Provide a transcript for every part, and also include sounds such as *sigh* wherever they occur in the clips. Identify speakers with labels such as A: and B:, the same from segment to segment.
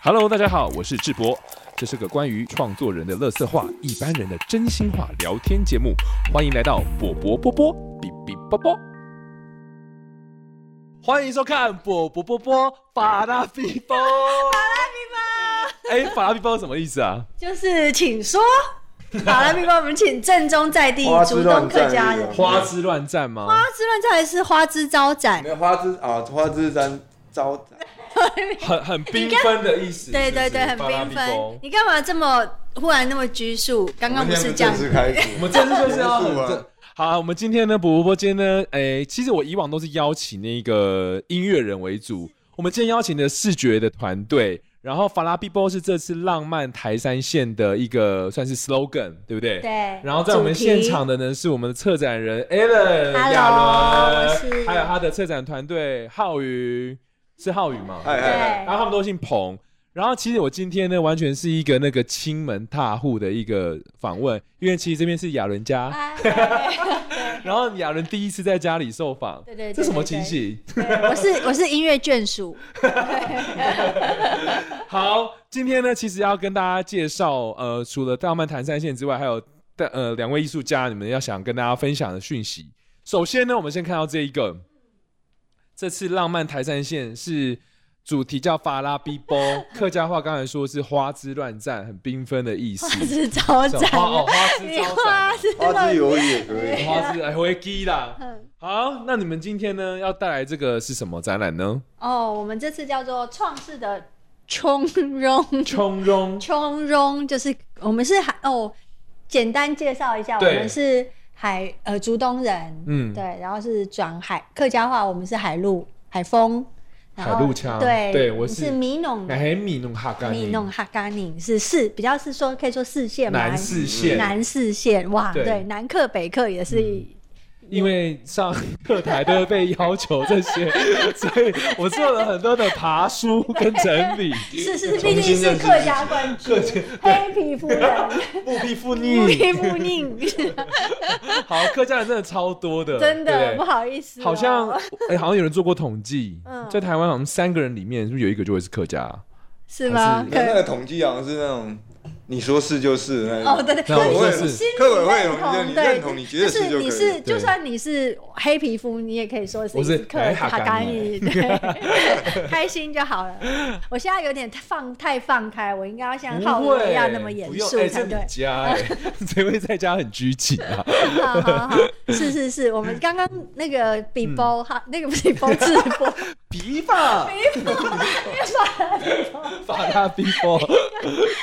A: Hello，大家好，我是智博，这是个关于创作人的乐色话、一般人的真心话聊天节目，欢迎来到波波波波比比波波。欢迎收看波波波波法拉比波。哎，法拉比波什么意思啊？
B: 就是请
A: *laughs*
B: 说，好了，蜜蜂，我们请正宗在地
C: 花枝
B: 竹东
C: 乱
B: 客
C: 颤
B: 家
C: 那
B: 人
C: 种。
A: 花枝乱颤吗？
B: 花枝乱颤还是花枝招展
C: 没？有花枝啊，花枝山招展，
A: 很很缤纷的意思。
B: 对对对，
A: 是
B: 很
A: 不是
B: 缤
A: 法拉比
B: 纷
A: 波。
B: 你干嘛这么忽然那么拘束？刚刚不是这样
C: 我们现在正，式开
A: *laughs* 我
C: 始，
A: 们这次就是要很
C: 严肃啊
A: 正。好啊，我们今天呢，补播间呢，哎，其实我以往都是邀请那个音乐人为主，我们今天邀请的视觉的团队，然后法拉比波是这次浪漫台山县的一个算是 slogan，对不对？
B: 对
A: 然后在我们现场的呢，是我们的策展人 Alan 亚
B: 我
A: 伦，
B: 是
A: 还有他的策展团队浩宇，是浩宇吗？
C: 哎哎
B: 对
A: 然后他们都姓彭。然后其实我今天呢，完全是一个那个亲门踏户的一个访问，因为其实这边是亚伦家，
B: 哎对
A: 然后亚伦第一次在家里受访，
B: 对对对
A: 这什么
B: 对对
A: 情形？
B: 对我是我是音乐眷属，
A: 好，今天呢，其实要跟大家介绍，呃，除了浪漫谈三线之外，还有的呃两位艺术家，你们要想跟大家分享的讯息。首先呢，我们先看到这一个，这次浪漫台山线是主题叫法拉比波，客家话刚才说是花枝乱颤，很缤纷的意思。
B: 花枝招展
A: 花哦，花枝
B: 你
A: 招展
B: 花枝
C: 花枝鱿鱼也可以。
A: 花枝哎回击啦。
B: 嗯
A: 好，那你们今天呢要带来这个是什么展览呢？
B: 哦，我们这次叫做创世的从容。
A: 冲容
B: 琼容就是我们是海哦，简单介绍一下，我
A: 对
B: 们是海呃竹东人，
A: 嗯
B: 对，然后是转海客家话，我们是海陆海风，然后
A: 海陆腔
B: 对
A: 对我是
B: 是米农
A: 乃黑哎米弄哈干
B: 米农哈嘎宁是四比较是说可以说四县嘛，
A: 南四县，
B: 南四县哇，
A: 对嗯
B: 对，南客北客也是。
A: 因为上课台都会被要求这些， *laughs* 所以我做了很多的爬书跟整理。
B: *laughs* 是是，
C: 重
B: 毕竟
C: 新
B: 是
C: 认识
B: 客家冠军，黑皮肤
A: *laughs*
B: 人，
A: 不必
B: *laughs*
A: 不
B: 乌
A: 逆，
B: 皮肤
A: *laughs*
B: 宁，
A: 好，客家人真的超多的，
B: 真
A: 对
B: 的
A: 不
B: 不
A: 对
B: 好意思哦，
A: 好像哎，好像有人做过统计
B: 嗯，
A: 在台湾好像三个人里面，是不是有一个就会是客家？
B: 是吗？
C: 那那个统计好像是那种你说是就是的那种
B: 哦，对对，
A: 那我
B: 对
A: 说
B: 你
A: 是
B: 心里
C: 客委会
B: 认
C: 同意
B: 同，
C: 你
B: 对
C: 认同你觉得
B: 就是
C: 就可以
B: 你是，
A: 对
B: 就算你是黑皮肤，你也可以说
A: 我
B: 是
A: 是
B: 客
A: 哎哈
B: 哈
A: 嘎
B: 嘎
A: 尼
B: 尼，对， *laughs* 开心就好了。我现在有点放太放开，我应该要像浩
A: 不
B: 哥
A: 会，
B: 一样那么严
A: 不用
B: 肃
A: 哎，
B: 才
A: 这你
B: 对。
A: 家哎， *laughs* 谁会在家很拘谨 *laughs* 啊？
B: 好好好，是是是，我们刚刚那个比
A: 嗯
B: 波哈，那个不是比波直播，
A: 比
B: *laughs*
A: 法，法拉比
B: *laughs*
A: 波，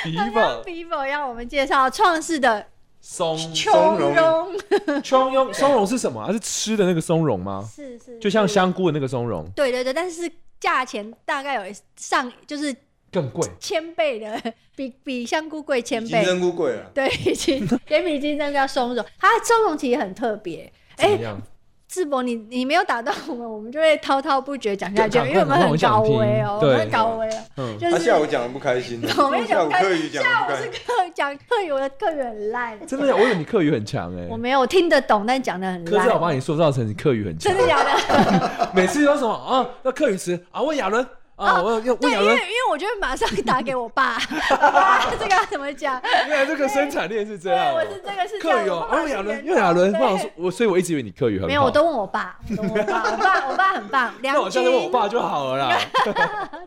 A: 比法
B: 刚比波让我们介绍创世的 *laughs*
A: 松
B: 琼
C: 松茸
B: 蓉，
A: 松茸，松茸是什么啊？是吃的那个松茸吗？
B: 是是，
A: 就像
B: 是
A: 香菇的那个松茸
B: 对对对，但是价钱大概有上就是
A: 更贵。
B: 千倍的， *laughs* 比比香菇贵千
C: 金
B: 倍。
C: 针菇贵了，
B: *laughs* 对，已经
A: *laughs*
B: 也比金针菇要松茸。它的松茸其实很特别。
A: 怎么
B: 哎、
A: 样？
B: 智博，你你没有打到我们，我们就会滔滔不绝讲
A: *laughs*
B: 下去，
A: 对
B: 因为我们很高危哦、
A: 赶快赶快我想听对
B: 我们很高危哦、
A: 嗯，
B: 就
C: 他
B: 是
C: 下午讲的不开心的，啊
B: 我们
C: 下
B: 讲
C: 午
B: 开
C: 课语讲
B: 下午
C: 得不开
B: 是
C: 心，
B: 课 *laughs* 讲课语，我的课语很烂，
A: 真的假的？我以为你客语很强哎、
B: 我没有听得懂，但讲的很
A: 可是我
B: 烂。
A: 把你塑造成你客语很强
B: 真，的假的？
A: 每次都什么啊？那客语词啊，问亚伦啊，
B: 啊
A: *laughs* 我要问
B: 对，
A: 亚
B: 因为
A: 伦
B: 因，为我就会马上打给我爸， *laughs* 我爸这个要怎么
A: *laughs*
B: 讲？
A: 原来这个生产链是这
B: 对，
A: 样
B: 我
A: 哦、
B: 是这个是这
A: 客
B: 样
A: 语哦、
B: 我爸
A: 啊，
B: 是
A: 问亚
B: 圆
A: 伦，
B: 的
A: 问亚伦，
B: 对
A: 我想说，我所以我一直以为你客语很好，
B: 没有，我都问我爸，我都问我爸，
A: *laughs*
B: 我爸，我爸很棒，
A: 那我
B: 梁
A: 下
B: 军
A: 次问我爸就好了啦，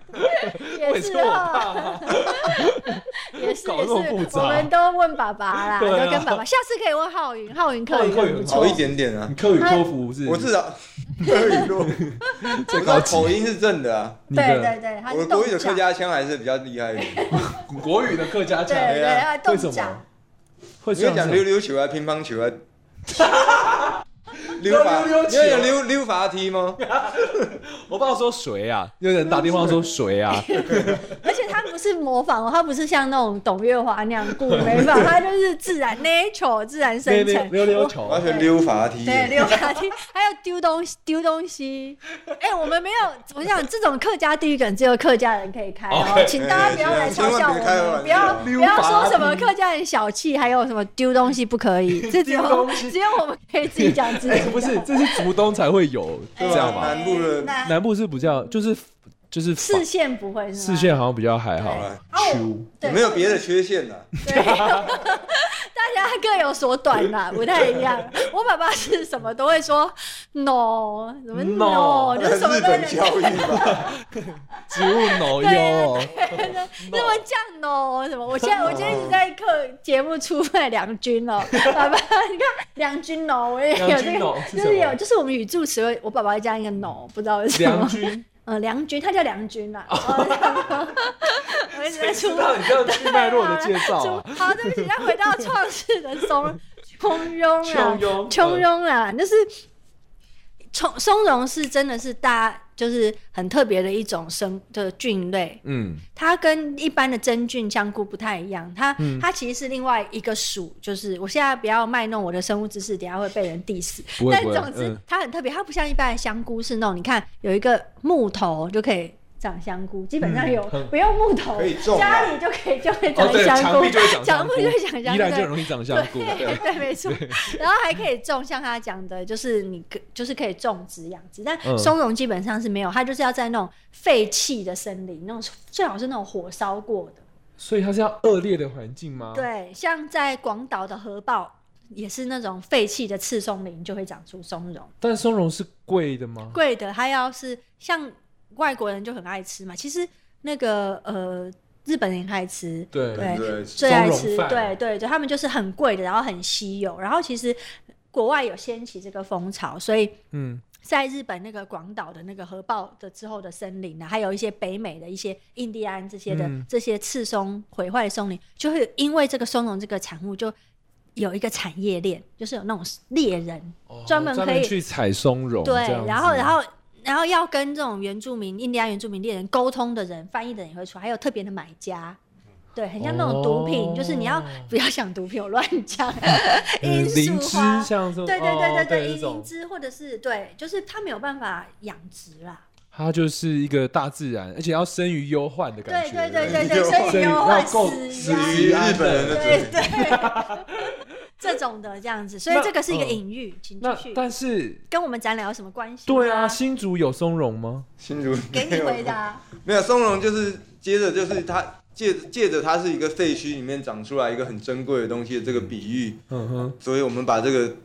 A: 我
B: 也
A: 也是
B: 是
A: 问我
B: 哦，
A: 爸啊，
B: 也是
A: 搞
B: 也
A: 这么复
B: 是，
A: 杂
B: 我们都问爸爸啦，
A: 对啊
B: 都跟爸爸，下次可以问浩云，浩云客
A: 浩
B: 语
A: 云客语
B: 很不
A: 很
C: 好
B: 错
C: 一，点点啊
B: *laughs*
A: 你。客语托福是？
C: 我至少 *laughs* 客语弱，我
A: 高
C: 的
A: 级
C: 口音是正的啊，
A: 你
B: 对
A: 的
B: 对对，他
C: 我
B: 是
C: 的
B: 动
C: 国语的客
B: 讲，
C: 家腔还是比较厉害一点。
A: 国语的客家
B: 对
A: 腔，
B: 对，
C: 啊
B: 他是
A: 为
B: 动
A: 什
B: 讲
A: 么，？会
C: 你要
A: 这
C: 讲
A: 样
C: 溜
A: 子？
C: 溜球啊，乒乓球啊，
B: *laughs*
C: 溜法，
A: 溜溜
C: 你要
A: 球
C: 讲溜溜滑梯吗？
A: 我爸说谁啊？有人打电话说谁啊？
B: *laughs* 而且他不是模仿哦，他不是像那种董月华那样故意没法，他就是自然 natural 自然
A: 溜
B: 生
A: 溜
B: 成。
A: 溜溜
C: 我
A: 球
C: 要，学溜滑梯。啊
B: 对，溜滑梯，还有丢东西，丢东西。哎、我们没有，我想这种客家地域梗只有客家人可以开哦
A: OK
B: 请大家不要来嘲笑我们，不要不要说什么客家人小气，还有什么丢东西不可以，这只
A: 丢
B: 有
A: 东西
B: 只有我们可以自己讲自己
A: 哎、
B: 的。啊
A: 不是，这是竹东才会有，
C: 对
A: 这样
C: 吧？
A: 吗？
C: 南部的
B: 那
A: 南部是比较就是就是反
B: 视线不会是吗？
A: 视线好像比较还好
B: 对
A: 啦
C: 啊。
A: 秋
B: 对
C: 没有别的缺
B: *laughs*
C: 陷呐、
B: 对，大家各有所短啦，不太一样。我爸爸是什么都会说 no，什么
A: No
B: 就是什么
C: *laughs* 日
B: 都
C: 本教育吧，
A: 植物脑
B: 对
A: 优哦，
B: 那么犟 no 什么。我现在我今天一直在课节目出卖梁
A: *laughs*
B: 军哦，爸爸，你看梁军 no，我也有
A: 梁
B: 这
A: 军
B: 个。
A: 脑是
B: 就
A: 什
B: 是有，
A: 么？
B: 就是我们语助词会，我爸爸会加一个 no，不知道为什么
A: 梁。军，
B: 呃，梁军，他叫梁军啦。哦 *laughs* 我一直在
A: 谁
B: 出
A: 知道你这样去脉络的介绍
B: 就
A: 啊？
B: 好，对不起，再回到创世的
A: *laughs*
B: 松从容
A: 秋
B: 啊，
A: 优，
B: 从容啦，就是从松茸是真的是大，就是很特别的一种生的菌类，
A: 嗯，
B: 它跟一般的真菌香菇不太一样，它、
A: 嗯
B: 它其实是另外一个属，就是我现在不要卖弄我的生物知识，等一下会被人 diss。
A: 不会
B: 但
A: 不会，
B: 总之、
A: 嗯，
B: 它很特别，它不像一般的香菇是那种你看有一个木头就可以长香菇，基本上有、
A: 嗯
B: 不用木头
C: 可，以种
B: 家
C: 啊。
B: 里就可以就 *laughs* 会
A: 哦
B: 长
A: 对，
B: 香
A: 墙
B: 菇
A: 壁，就会长
B: 墙
A: 香
B: 壁
A: 菇，
B: 就会长香
A: 依然
B: 菇
A: 就很容易长香菇，
B: 对对，没
A: *laughs*
B: 错。然后还可以种，像他讲的，就是你可就是可以种植养殖，但
A: 嗯
B: 松茸基本上是没有，它就是要在那种废弃的森林，那种最好是那种火烧过的。
A: 所以它是要恶劣的环境吗？，
B: 对，像在广岛的核爆。也是那种废弃的刺松林就会长出松茸，
A: 但松茸是贵的吗？
B: 贵的它要是像外国人就很爱吃嘛，其实那个呃日本人爱吃，
A: 对
B: 对
C: 对，
B: 最爱
A: 松茸
B: 吃，
A: 饭
B: 对对对，他们就是很贵的，然后很稀有，然后其实国外有掀起这个风潮，所以
A: 嗯，
B: 在日本那个广岛的那个核爆的之后的森林啊呢、还有一些北美的一些印第安这些的、
A: 嗯
B: 这些刺松毁坏的松林，就会因为这个松茸这个产物就。有一个产业链，就是有那种猎人，
A: 哦
B: 专门可以
A: 去采松茸，
B: 对
A: 哦这样，子
B: 然后然后然后要跟这种原住民、印第安原住民猎人沟通的人、翻译的人也会出来，还有特别的买家，对，很像那种毒品，
A: 哦
B: 就是你要不要想毒品，我乱讲， *laughs*
A: 嗯
B: 罂
A: 灵
B: 粟
A: 芝
B: 花，
A: 像这种，
B: 对对对对
A: 哦对，
B: 对，
A: 这
B: 银银
A: 种
B: 枝或者是对，就是它没有办法养殖啦。
A: 它就是一个大自然，而且要生于忧患的感
B: 对
A: 觉。
B: 对对对
C: 有
B: 对，所以
A: 有
B: 有患
A: 够
B: 死
C: 死
B: 于
C: 于日本人的
B: 对
C: 嘴。
B: 对，
A: *laughs*
B: 这种的这样子，所以
A: 那
B: 这个是一个
A: 嗯
B: 隐喻，请继
A: 那
B: 续。
A: 但是，
B: 跟我们展览有什么关系？
A: 对啊，，新竹有松茸吗？
C: 新竹
B: *laughs* 给你回答。
C: 没有松茸，就是接着就是它借借着它是一个废墟里面长出来一个很珍贵的东西的这个比喻，
A: 嗯哼，
C: 所以我们把这个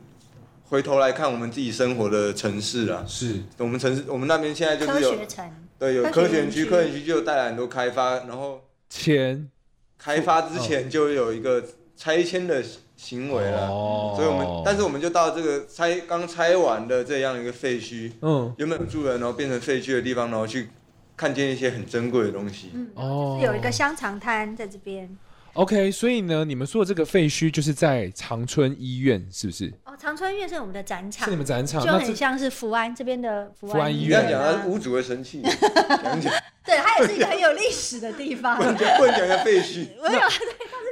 C: 回头来看我们自己生活的城市啊，
A: 是
C: 我们城市我们那边现在就
B: 科
C: 是有
B: 学城，
C: 对有
B: 科
C: 科
B: 学园
C: 学
B: 区
C: 区，科学区就带来很多开发，然后
A: 钱
C: 开发之前就有一个拆迁的行为了。
A: 哦
C: 所以我们，但是我们就到这个拆刚拆完的这样一个废墟，
A: 嗯，
C: 原本有住人，然后变成废墟的地方，然后去看见一些很珍贵的东西。
B: 嗯，
A: 哦
B: 就是有一个香肠摊在这边。
A: OK，所以呢，你们说的这个废墟就是在长春医院，是不是？
B: 哦，长春院是我们的展场
A: 是你，们展场？
B: 就
A: 那
B: 很
A: 这
B: 像是福安这边的福
A: 福安医
C: 你
B: 医
C: 这样
A: 院
C: 讲，它
B: 啊
C: 是。屋主的神器，
A: 啊
C: 讲讲，
B: 对，它也是一个很有历史的地
A: *laughs*
B: 方
C: 不。能讲不能讲个废墟。
B: 我有，对，它是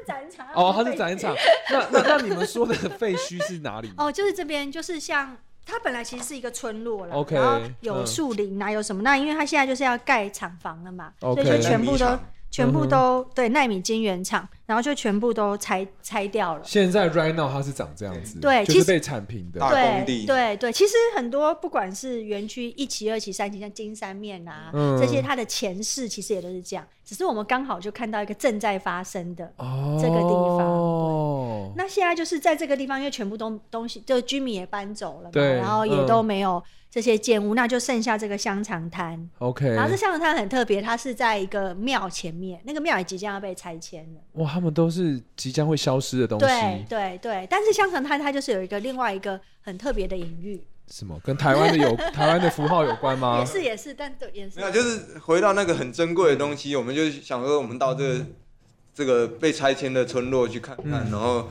B: 展场。
A: 哦，它是展场。那那那你们说的废墟是哪里？
B: *laughs* 哦，就是这边，就是像它本来其实是一个村落啦
A: OK，
B: 然后有
A: 嗯
B: 树林啊，有什么？那因为它现在就是要盖厂房了嘛
A: OK 嗯
B: 所以就全部
C: 纳米
B: 都
C: 厂
B: 全部都、对纳米晶圆厂，然后就全部都拆拆掉了。
A: 现在 right now 它是长这样子，
B: 对
A: 就
B: 其
A: 是
B: 实
A: 被铲平的
C: 大。工
B: 对
C: 地
B: 对对，其实很多不管是园区一期、二期、三期，像金山面啊、
A: 嗯
B: 这些，它的前世其实也都是这样，只是我们刚好就看到一个正在发生的，
A: 哦，
B: 这个地方
A: 哦，
B: 那现在就是在这个地方，因为全部东东西，就居民也搬走了嘛，
A: 对嗯
B: 然后也都没有这些建物，那就剩下这个香肠摊。
A: OK，
B: 然后这香肠摊很特别，它是在一个庙前面，那个庙也即将要被拆迁了。
A: 哇，他们都是即将会消失的东
B: 对
A: 西，
B: 对对，但是香肠摊它就是有一个另外一个很特别的隐喻，
A: 什么跟台湾的
B: *laughs*
A: 有台湾的符号有关吗
B: 也？是也是，但对也是
C: 啊没有，就是回到那个很珍贵的东西，我们就想说，我们到这个这个被拆迁的村落去看看，
A: 嗯
C: 然后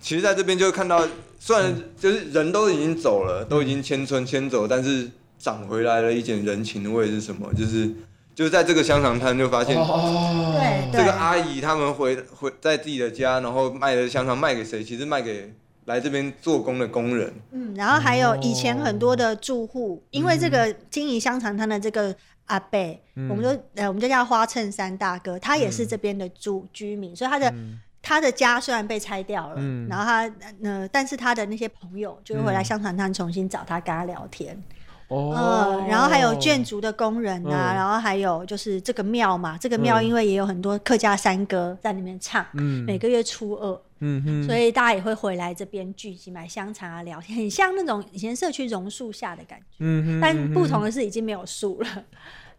C: 其实在这边就看到，虽然就是人都已经走了，都已经迁村迁走，但是长回来了一点人情味是什么？就是就是在这个香肠摊就发现。
A: 哦，
B: 对
C: 这个啊阿姨他们回回在自己的家，然后卖的香肠卖给谁？其实卖给来这边做工的工人。
B: 嗯，然后还有以前很多的住
C: 哦
B: 户，因为这个经营香肠摊的这个阿贝，
A: 嗯
B: 我们就呃我们就叫他花衬衫大哥，他也
C: 嗯
B: 是这边的住、居民，所以他的、他的家虽然被拆掉了，
A: 嗯
B: 然后他呃但是他的那些朋友就会回来
A: 嗯
B: 香肠摊重新找他跟他聊天，
A: 哦
B: 嗯，，然后还有建筑的工人啊，
A: 嗯
B: 然后还有就是这个庙嘛，这个庙
A: 嗯
B: 因为也有很多客家山歌在里面唱，
A: 嗯
B: 每个月初二，
A: 嗯哼，
B: 所以大家也会回来这边聚集买香肠啊，聊天，很像那种以前社区榕树下的感觉。
A: 嗯哼，嗯
B: 但
A: 哼
B: 不同的是，已经没有树了，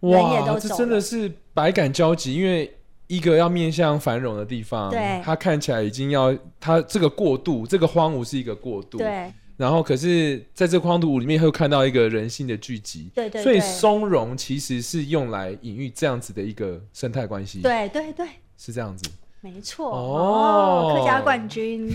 B: 人也
A: 哇，
B: 都
A: 这
B: 走
A: 真的
B: 了
A: 是百感交集，因为一个要面向繁荣的地方，
B: 对
A: 它看起来已经要它这个过渡，这个荒芜是一个过渡，，
B: 对
A: 然后可是在这个荒芜里面又看到一个人性的聚集，
B: 对对
A: 所以
B: 对
A: 松茸其实是用来隐喻这样子的一个生态关系，，
B: 对对对，
A: 是这样子。
B: 没错
A: 哦
B: 哦，客家
A: *laughs*
B: 冠军，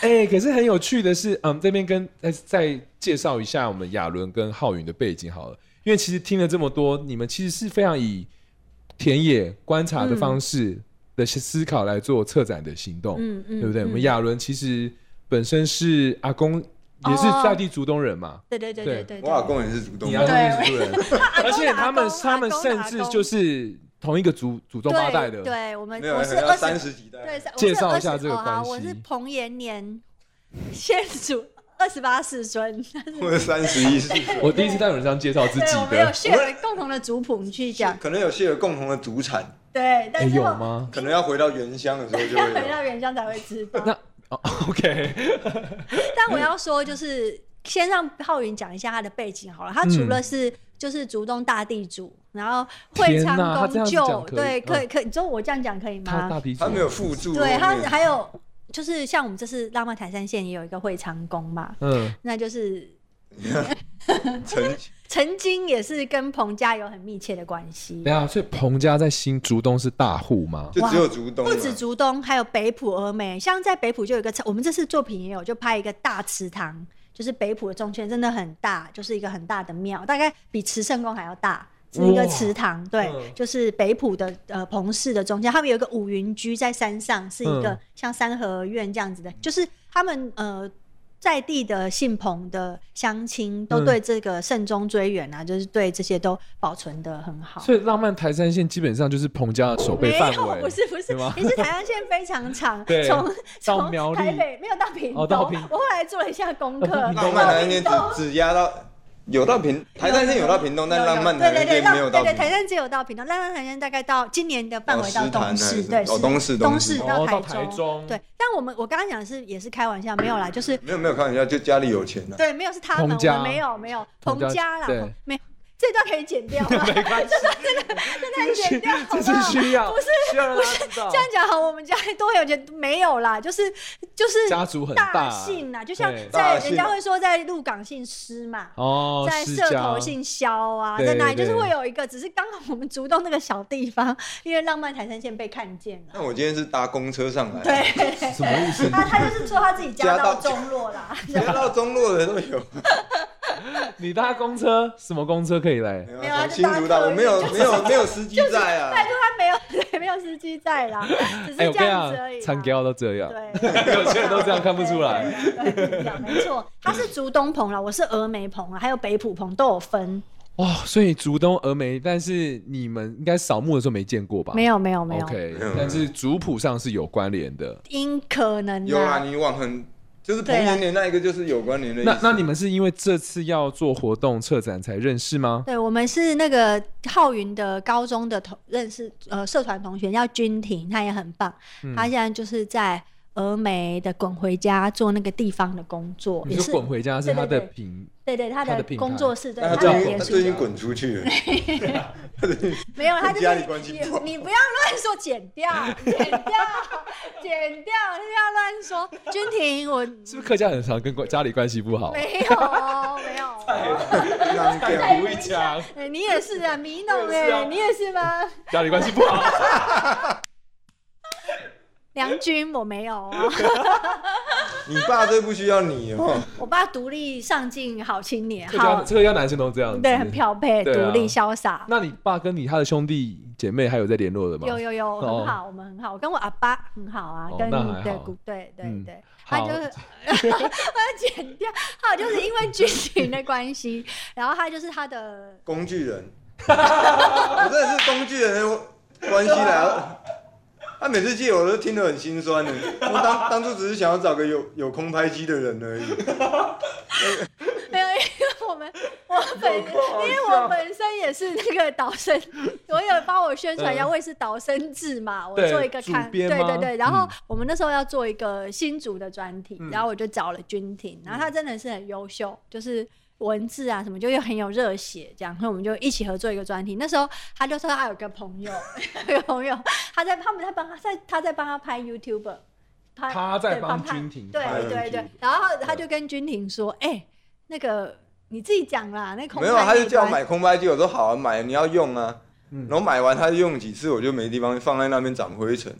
A: 哎、可是很有趣的是，嗯，这边跟再再介绍一下我们亚伦跟浩宇的背景好了，因为其实听了这么多，你们其实是非常以田野观察的方式的思考来做策展的行动，
B: 嗯嗯，
A: 对不对？
B: 嗯
A: 我们亚伦其实本身是阿公，也是在地竹东人嘛，
B: 对对对
A: 对
B: 对对，
C: 我老公也是主动
A: 你
C: 的
A: 阿公
B: 对
A: 也是竹人，
B: 阿公的阿公，
A: 而且他们他们
B: 阿公的
A: 甚
B: 阿
A: 至
B: 公
A: 就是同一个祖祖宗八代的，
B: 对，对我们
C: 没有
B: 我是
C: 要
B: 二
C: 三
B: 十
C: 十几代，
B: 对，我是
A: 介绍一下
B: 20
A: 这个
B: 哦好
A: 关系
B: 我是彭延年先祖二十八世孙，
C: 或者三十一世纪，
A: 我第一次在有人这样介绍自己
B: 对，我们有
A: 的，
B: 血缘共同的族谱，你去讲。
C: 可能有些有共同的祖产，
B: 对，
A: 哎
B: 但是
A: 有
B: 我
A: 吗？
C: 可能要回到原乡的时候就
B: 要
C: 会
B: 回
C: 有。
B: 到原乡才会知道。
A: 那哦 OK，
B: 但我要说，就是先让浩云讲一下他的背景好了。
A: 嗯
B: 他除了是、就是竹东大地主，然后会
A: 天
B: 昌
A: 哪他这
B: 公
A: 样子
B: 舅
A: 讲，可以
B: 对，
A: 嗯
B: 可以可以，你说我这样讲可以
A: 他
B: 吗
A: 大？鼻子，
C: 他没有附注后
B: 对
C: 面，
B: 他还有就是像我们这次浪漫台山县也有一个会昌宫嘛，
A: 嗯
B: 那就是
C: 曾
B: 曾经也是跟彭家有很密切的关系，
A: 对啊，所以彭家在新竹东是大户吗？
C: 就只有竹东嘛，
B: 不止竹东，还有北浦、峨眉。像在北浦就有一个，我们这次作品也有，就拍一个大池塘，就是北浦的中圈真的很大，就是一个很大的庙，大概比慈圣宫还要大。是一个池塘，对，
A: 嗯
B: 就是北浦的呃彭氏的中间，他们有一个五云居在山上，是一个
A: 嗯
B: 像三合院这样子的，就是他们呃在地的姓彭的乡亲都
A: 嗯
B: 对这个慎终追远啊，就是对这些都保存的很好。
A: 所以浪漫台山线基本上就是彭家的守备
B: 没
A: 范
B: 有，
A: 围，
B: 不
A: *laughs*
B: 是不是
A: 对吗，
B: 其实台湾线非常长，
A: *laughs* 对
B: 从
A: 到
B: 从
A: 苗栗
B: 台北没有到屏
A: 哦
B: 东，
A: 到屏
B: 我后来做了一下功课，
A: 哦
C: 浪漫台
B: 到
C: 山
B: 屏
C: 线
B: 东
C: 只只压到有到屏，台山线有到屏东，但
B: 有有
C: 浪漫台
B: 对
C: 山
B: 对对，
C: 线
B: 浪
C: 没有到
B: 对对，
C: 屏东
B: 台。山只有到屏东，浪漫台山大概到今年的范围到
C: 石潭
B: 东
C: 还
B: 市，
C: 是
B: 对，
C: 哦
B: 是
C: 东市
B: 东
C: 东
B: 市
C: 市
A: 哦到
B: 台
A: 台中
B: 对，但我们我刚刚讲的是也是开玩笑，没有
A: *laughs*
B: 啦，就是
C: 没有没有开玩笑，就家里有钱了、啊
B: 对，没有是他们，
A: 彭
B: 我
A: 家
B: 们没有没有
A: 彭
B: 彭
A: 家
B: 家啦
A: 对，
B: 彭没这段可以剪掉吗？
A: *laughs* 没关
B: *laughs*
A: 系，
B: 那你剪掉好
A: 这
B: 不
A: 是
B: 好？
A: 需要，
B: 不是
A: 需要让大家知道
B: 这样讲好，我们家都很有钱，没有啦，就是就是
A: 家族很
B: 大
A: 姓
B: 姓啊，就像
A: 对
B: 在
C: 大姓
B: 人家会说在鹿港姓施嘛，
A: 哦，
B: 在
A: 世
B: 社
A: 家
B: 头姓萧啊，
A: 对
B: 在哪里
A: 对
B: 就是会有一个，只是刚好我们竹东那个小地方，因为浪漫台山线被看见了。
C: 那我今天是搭公车上来，
B: 对，
A: 什么意思？
B: *laughs* 他他就是说他自己家
C: 家
B: 道
C: 道
B: 中落啦，
C: 连到中落的都有。
A: *laughs* 你搭公车，什么公车可以来？
C: 没
B: 没有啊
C: 新竹大，
B: 就搭客运
C: 我没有没有没有司机在
B: 拜
C: 啊，
B: 托他没有对没有司机在啦，只是
A: 哎，
B: 这
A: 我跟你
B: 样子而
A: 讲，
B: 已啦。
A: 餐标都这样，
B: 对，
A: 有些人都这样看不出来。
B: 对。对对对是这样没错，他是竹东棚啦，我是峨眉棚啦，还有北浦棚都有分。
A: 哇，哦所以竹东峨眉，但是你们应该扫墓的时候没见过吧？
B: 没有没有没有，
A: OK，
C: 没有
A: 但是族谱上是有关联的。
B: 因可能
C: 有
B: 啦
C: 啊，你往很就是彭年年那一个就是有关联的意思。
A: 那那你们是因为这次要做活动策展才认识吗？
B: 对，我们是那个浩云的高中的同认识呃社团同学叫君婷，她也很棒，
A: 嗯
B: 她现在就是在峨眉的滚回家做那个地方的工作，
A: 你
B: 也是
A: 说滚回家是他的
B: 对对对
A: 品
B: 对对，她
A: 她的
B: 的
A: 平
B: 工
A: 台
B: 作室对
C: 那他
B: 她
C: 最
B: 的
C: 近
B: 脸
C: 他
B: 书
C: 最近滚出去了，
B: 没有，她就
C: 家
B: 是
C: 里关系
B: 你
C: 不好
B: 你不要乱说，
A: *laughs*
B: 剪掉剪掉剪掉，你不要乱说，君婷我
A: 是不是客家很常跟关家里关系不好？
B: 没有哦没有
A: *laughs*
B: 哦，
C: 浪费啊
A: 再补一枪，
B: 哎你也是啊，迷
A: 我也
B: 弄
A: 是啊
B: 哎，你也是吗？ *laughs*
A: 家里关系不好。
B: 梁君我没有哦。
C: 你爸最不需要你哦，
B: 我爸独立上进好青年，
A: 客家
B: 好
A: 客家男生都这样子，
B: 对，很漂配，独
A: 对啊
B: 立潇洒。
A: 那你爸跟你他的兄弟姐妹还有在联络的吗？
B: 有有有，
A: 哦
B: 很好，我们很好，我跟我阿爸很好啊
A: 哦，
B: 跟
A: 那还好
B: 对姑对对
A: 嗯
B: 对，
A: 好
B: 他就是 *laughs* 我要剪掉，还有就是因为剧情的关系，然后他就是他的
C: 工具人，我真的是工具人的关系来。哦他每次借我都听得很心酸的，我当当初只是想要找个有有空拍机的人而已。
B: 没有，因为我
A: *laughs*
B: 们我本
C: 有够好
B: 因为我本身也是那个导
A: *laughs*
B: 生，我有帮我宣传一下，
A: 嗯
B: 我也是导生制嘛，我
A: 对
B: 做一个
A: 主
B: 看，对
A: 编吗
B: 对对。然后
A: 嗯
B: 我们那时候要做一个新竹的专题
A: 嗯，
B: 然后我就找了君婷，然后他真的是很优秀，就是。文字啊什么，就又很有热血，这样，所以我们就一起合作一个专题。那时候他就说他有个朋友， *laughs* 有个朋友他在他们在帮他在他在帮他拍 YouTuber，拍
A: 他在
B: 对
A: 帮
B: 他
A: 君婷
B: 对
A: 拍
B: 对
C: YouTube
B: 对，然后他就跟君婷说：“哎、那个你自己讲啦，那空
C: 没有，啊
B: 拍
C: 他就
B: 那一
C: 叫我
B: 段
C: 买空拍机，我说好啊，买你要用啊。
A: 嗯
C: 然后买完他就用几次，我就没地方放在那边长灰尘，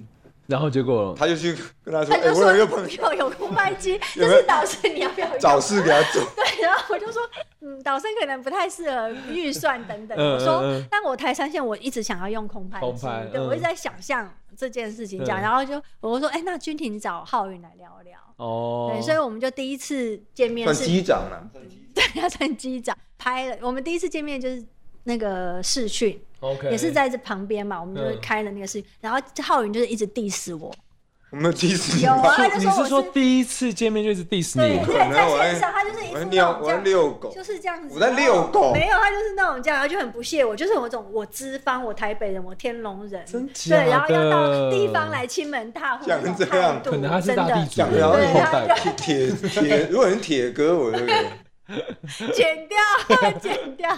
A: 然后结果
C: 他就去跟他
B: 他
C: 说：“哎、
B: 就
C: 我
B: 说
C: 有一个朋友
B: 有有空拍机，
C: *laughs*
B: 这
C: 有没有
B: 是导师，你要不要用？
C: 找事给他做。
B: *laughs* 对，然后我就说，嗯，导生可能不太适合预算等等。
A: 嗯
B: 我说，
A: 嗯嗯
B: 但我台山线我一直想要用空拍
A: 空
B: 机，
A: 拍
B: 对、
A: 嗯
B: 我一直在想象这件事情这样，
A: 嗯
B: 然后就我就说，哎、那君婷找浩云来聊聊。
A: 哦，
B: 对，所以我们就第一次见”面
C: 算
B: 是
C: 机长啊了、
B: *laughs* 对，他算机长拍了。我们第一次见面就是那个视讯，
A: OK
B: 也是在这旁边嘛，我们就是
A: 嗯
B: 开了那个视讯，然后浩云就是一直 diss 我，
C: 我没有气死你
B: 有
C: 吧
B: 啊？他
A: 你
B: 就说
A: 是说
B: 我是
A: 第一次见面就是 diss
B: 对
A: 你，
B: 对，
C: 可能
B: 在
C: 我在
B: 线上他就是一
C: 我
B: 副
C: 在
B: 那
C: 遛，
B: 种
C: 我
B: 这
C: 在
B: 样。
C: 遛狗
B: 就。是这样子，啊
C: 我在遛狗
B: 没有，他就是那种这样，然后就很不屑我，就是我这种我资方，我台北人，我天龙人，
A: 真
B: 对，然后要
A: 假的
B: 到地方来亲门踏户，
C: 像
B: 那种
C: 这样
B: 态度
A: 可能他是
B: 真
A: 大地
B: 的
A: 主，
C: 讲得好
A: 然后
B: 像
A: 代表
C: 啊铁铁铁，如果你是铁哥，我
B: *laughs*
C: 就
B: 剪掉，剪掉，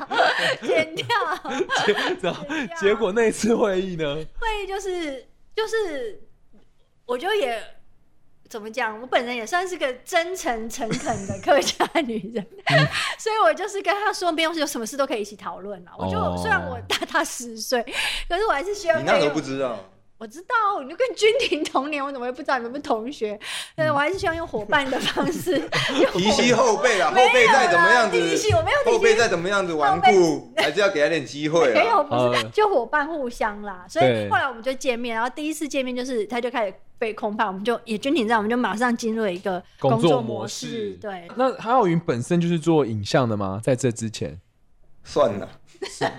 B: 剪掉，
A: *laughs* 然
B: 啊
A: 后结果那次会议呢，
B: 会就是就是，我就也怎么讲，我本人也算是个真诚诚恳的 *laughs* 客家女人， *laughs* 所以我就是跟他说，没有有什么事都可以一起讨论啦。我就、
A: 哦
B: 虽然我大他十岁，可是我还是需要
C: 你那时
B: 跟
C: 候不知道，
B: 我知道，我就跟君婷同年，我怎么会不知道你们不是同学？对，我还是希望用伙伴的方
C: *laughs*
B: 式用
C: 提携
B: 伙
C: 后辈啦，后
B: 没有啦
C: 辈再怎么样
B: 提
C: 子，
B: 携我没有啊提携
C: 后辈再怎么样子顽固，还是要给他点机会
B: 没
C: 啊。
B: 有，不是
A: 呃，
B: 就伙伴互相啦。所
A: 对
B: 以后来我们就见面，然后第一次见面就是他就开始被空拍，我们就也军体在，我们就马上进入了一个
A: 工
B: 作
A: 作模
B: 式。
A: 式
B: 对，
A: 那韩浩云本身就是做影像的吗？在这之前，
C: 算了，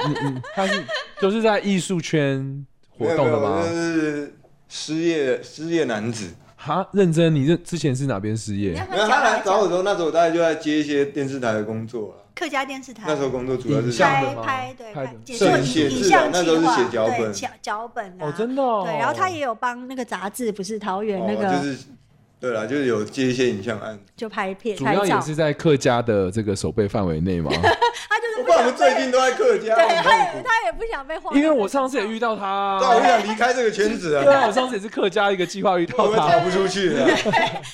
A: 嗯嗯，他是就是在艺术圈活动的
C: 没有没有
A: 吗？
C: 就是失业失业男子。
A: 哈，认真，你认之前是哪边失
B: 你
A: 业
B: 看？
C: 没有，
B: 他
C: 他
B: 讲
C: 来
B: 来
C: 找我
B: 讲
C: 的时候，那时候我大概就在接一些电视台的工作了。
B: 客家电视台
C: 那时候工作主要是
A: 影像
B: 拍
A: 的吗
B: 拍对
A: 拍
B: 拍
A: 的
B: 解
A: 摄
B: 说
A: 影
B: 影
A: 写
B: 影
C: 字啊
B: 像
C: 那
B: 计
C: 时候是
B: 划
C: 写脚
B: 对
C: 本
B: 脚脚本啊。
A: 哦，真的哦。
B: 对，然后他也有帮那个杂志，不是桃园哎那
C: 哦、
B: 个
C: 就是，对啦，就是有接一些影像案。
B: 就拍片
A: 主
B: 拍
A: 要也
B: 照，
A: 是在客家的这个守备范围内嘛。
B: 他就是
C: 我
B: 不
C: 爸我
B: 想
C: 们最
B: 被
C: 近都在客家，
B: 对，他
C: 很痛
B: 也
C: 苦。
B: 他也不想被画。
A: 因为我上次也遇到他啊，
C: 对啊，我想离开这个圈子
A: 对
C: 啊，
A: 啊，我上次也是客家一个计划遇
C: 我
A: 到
C: 们逃
A: 他，
C: 不出去啊了。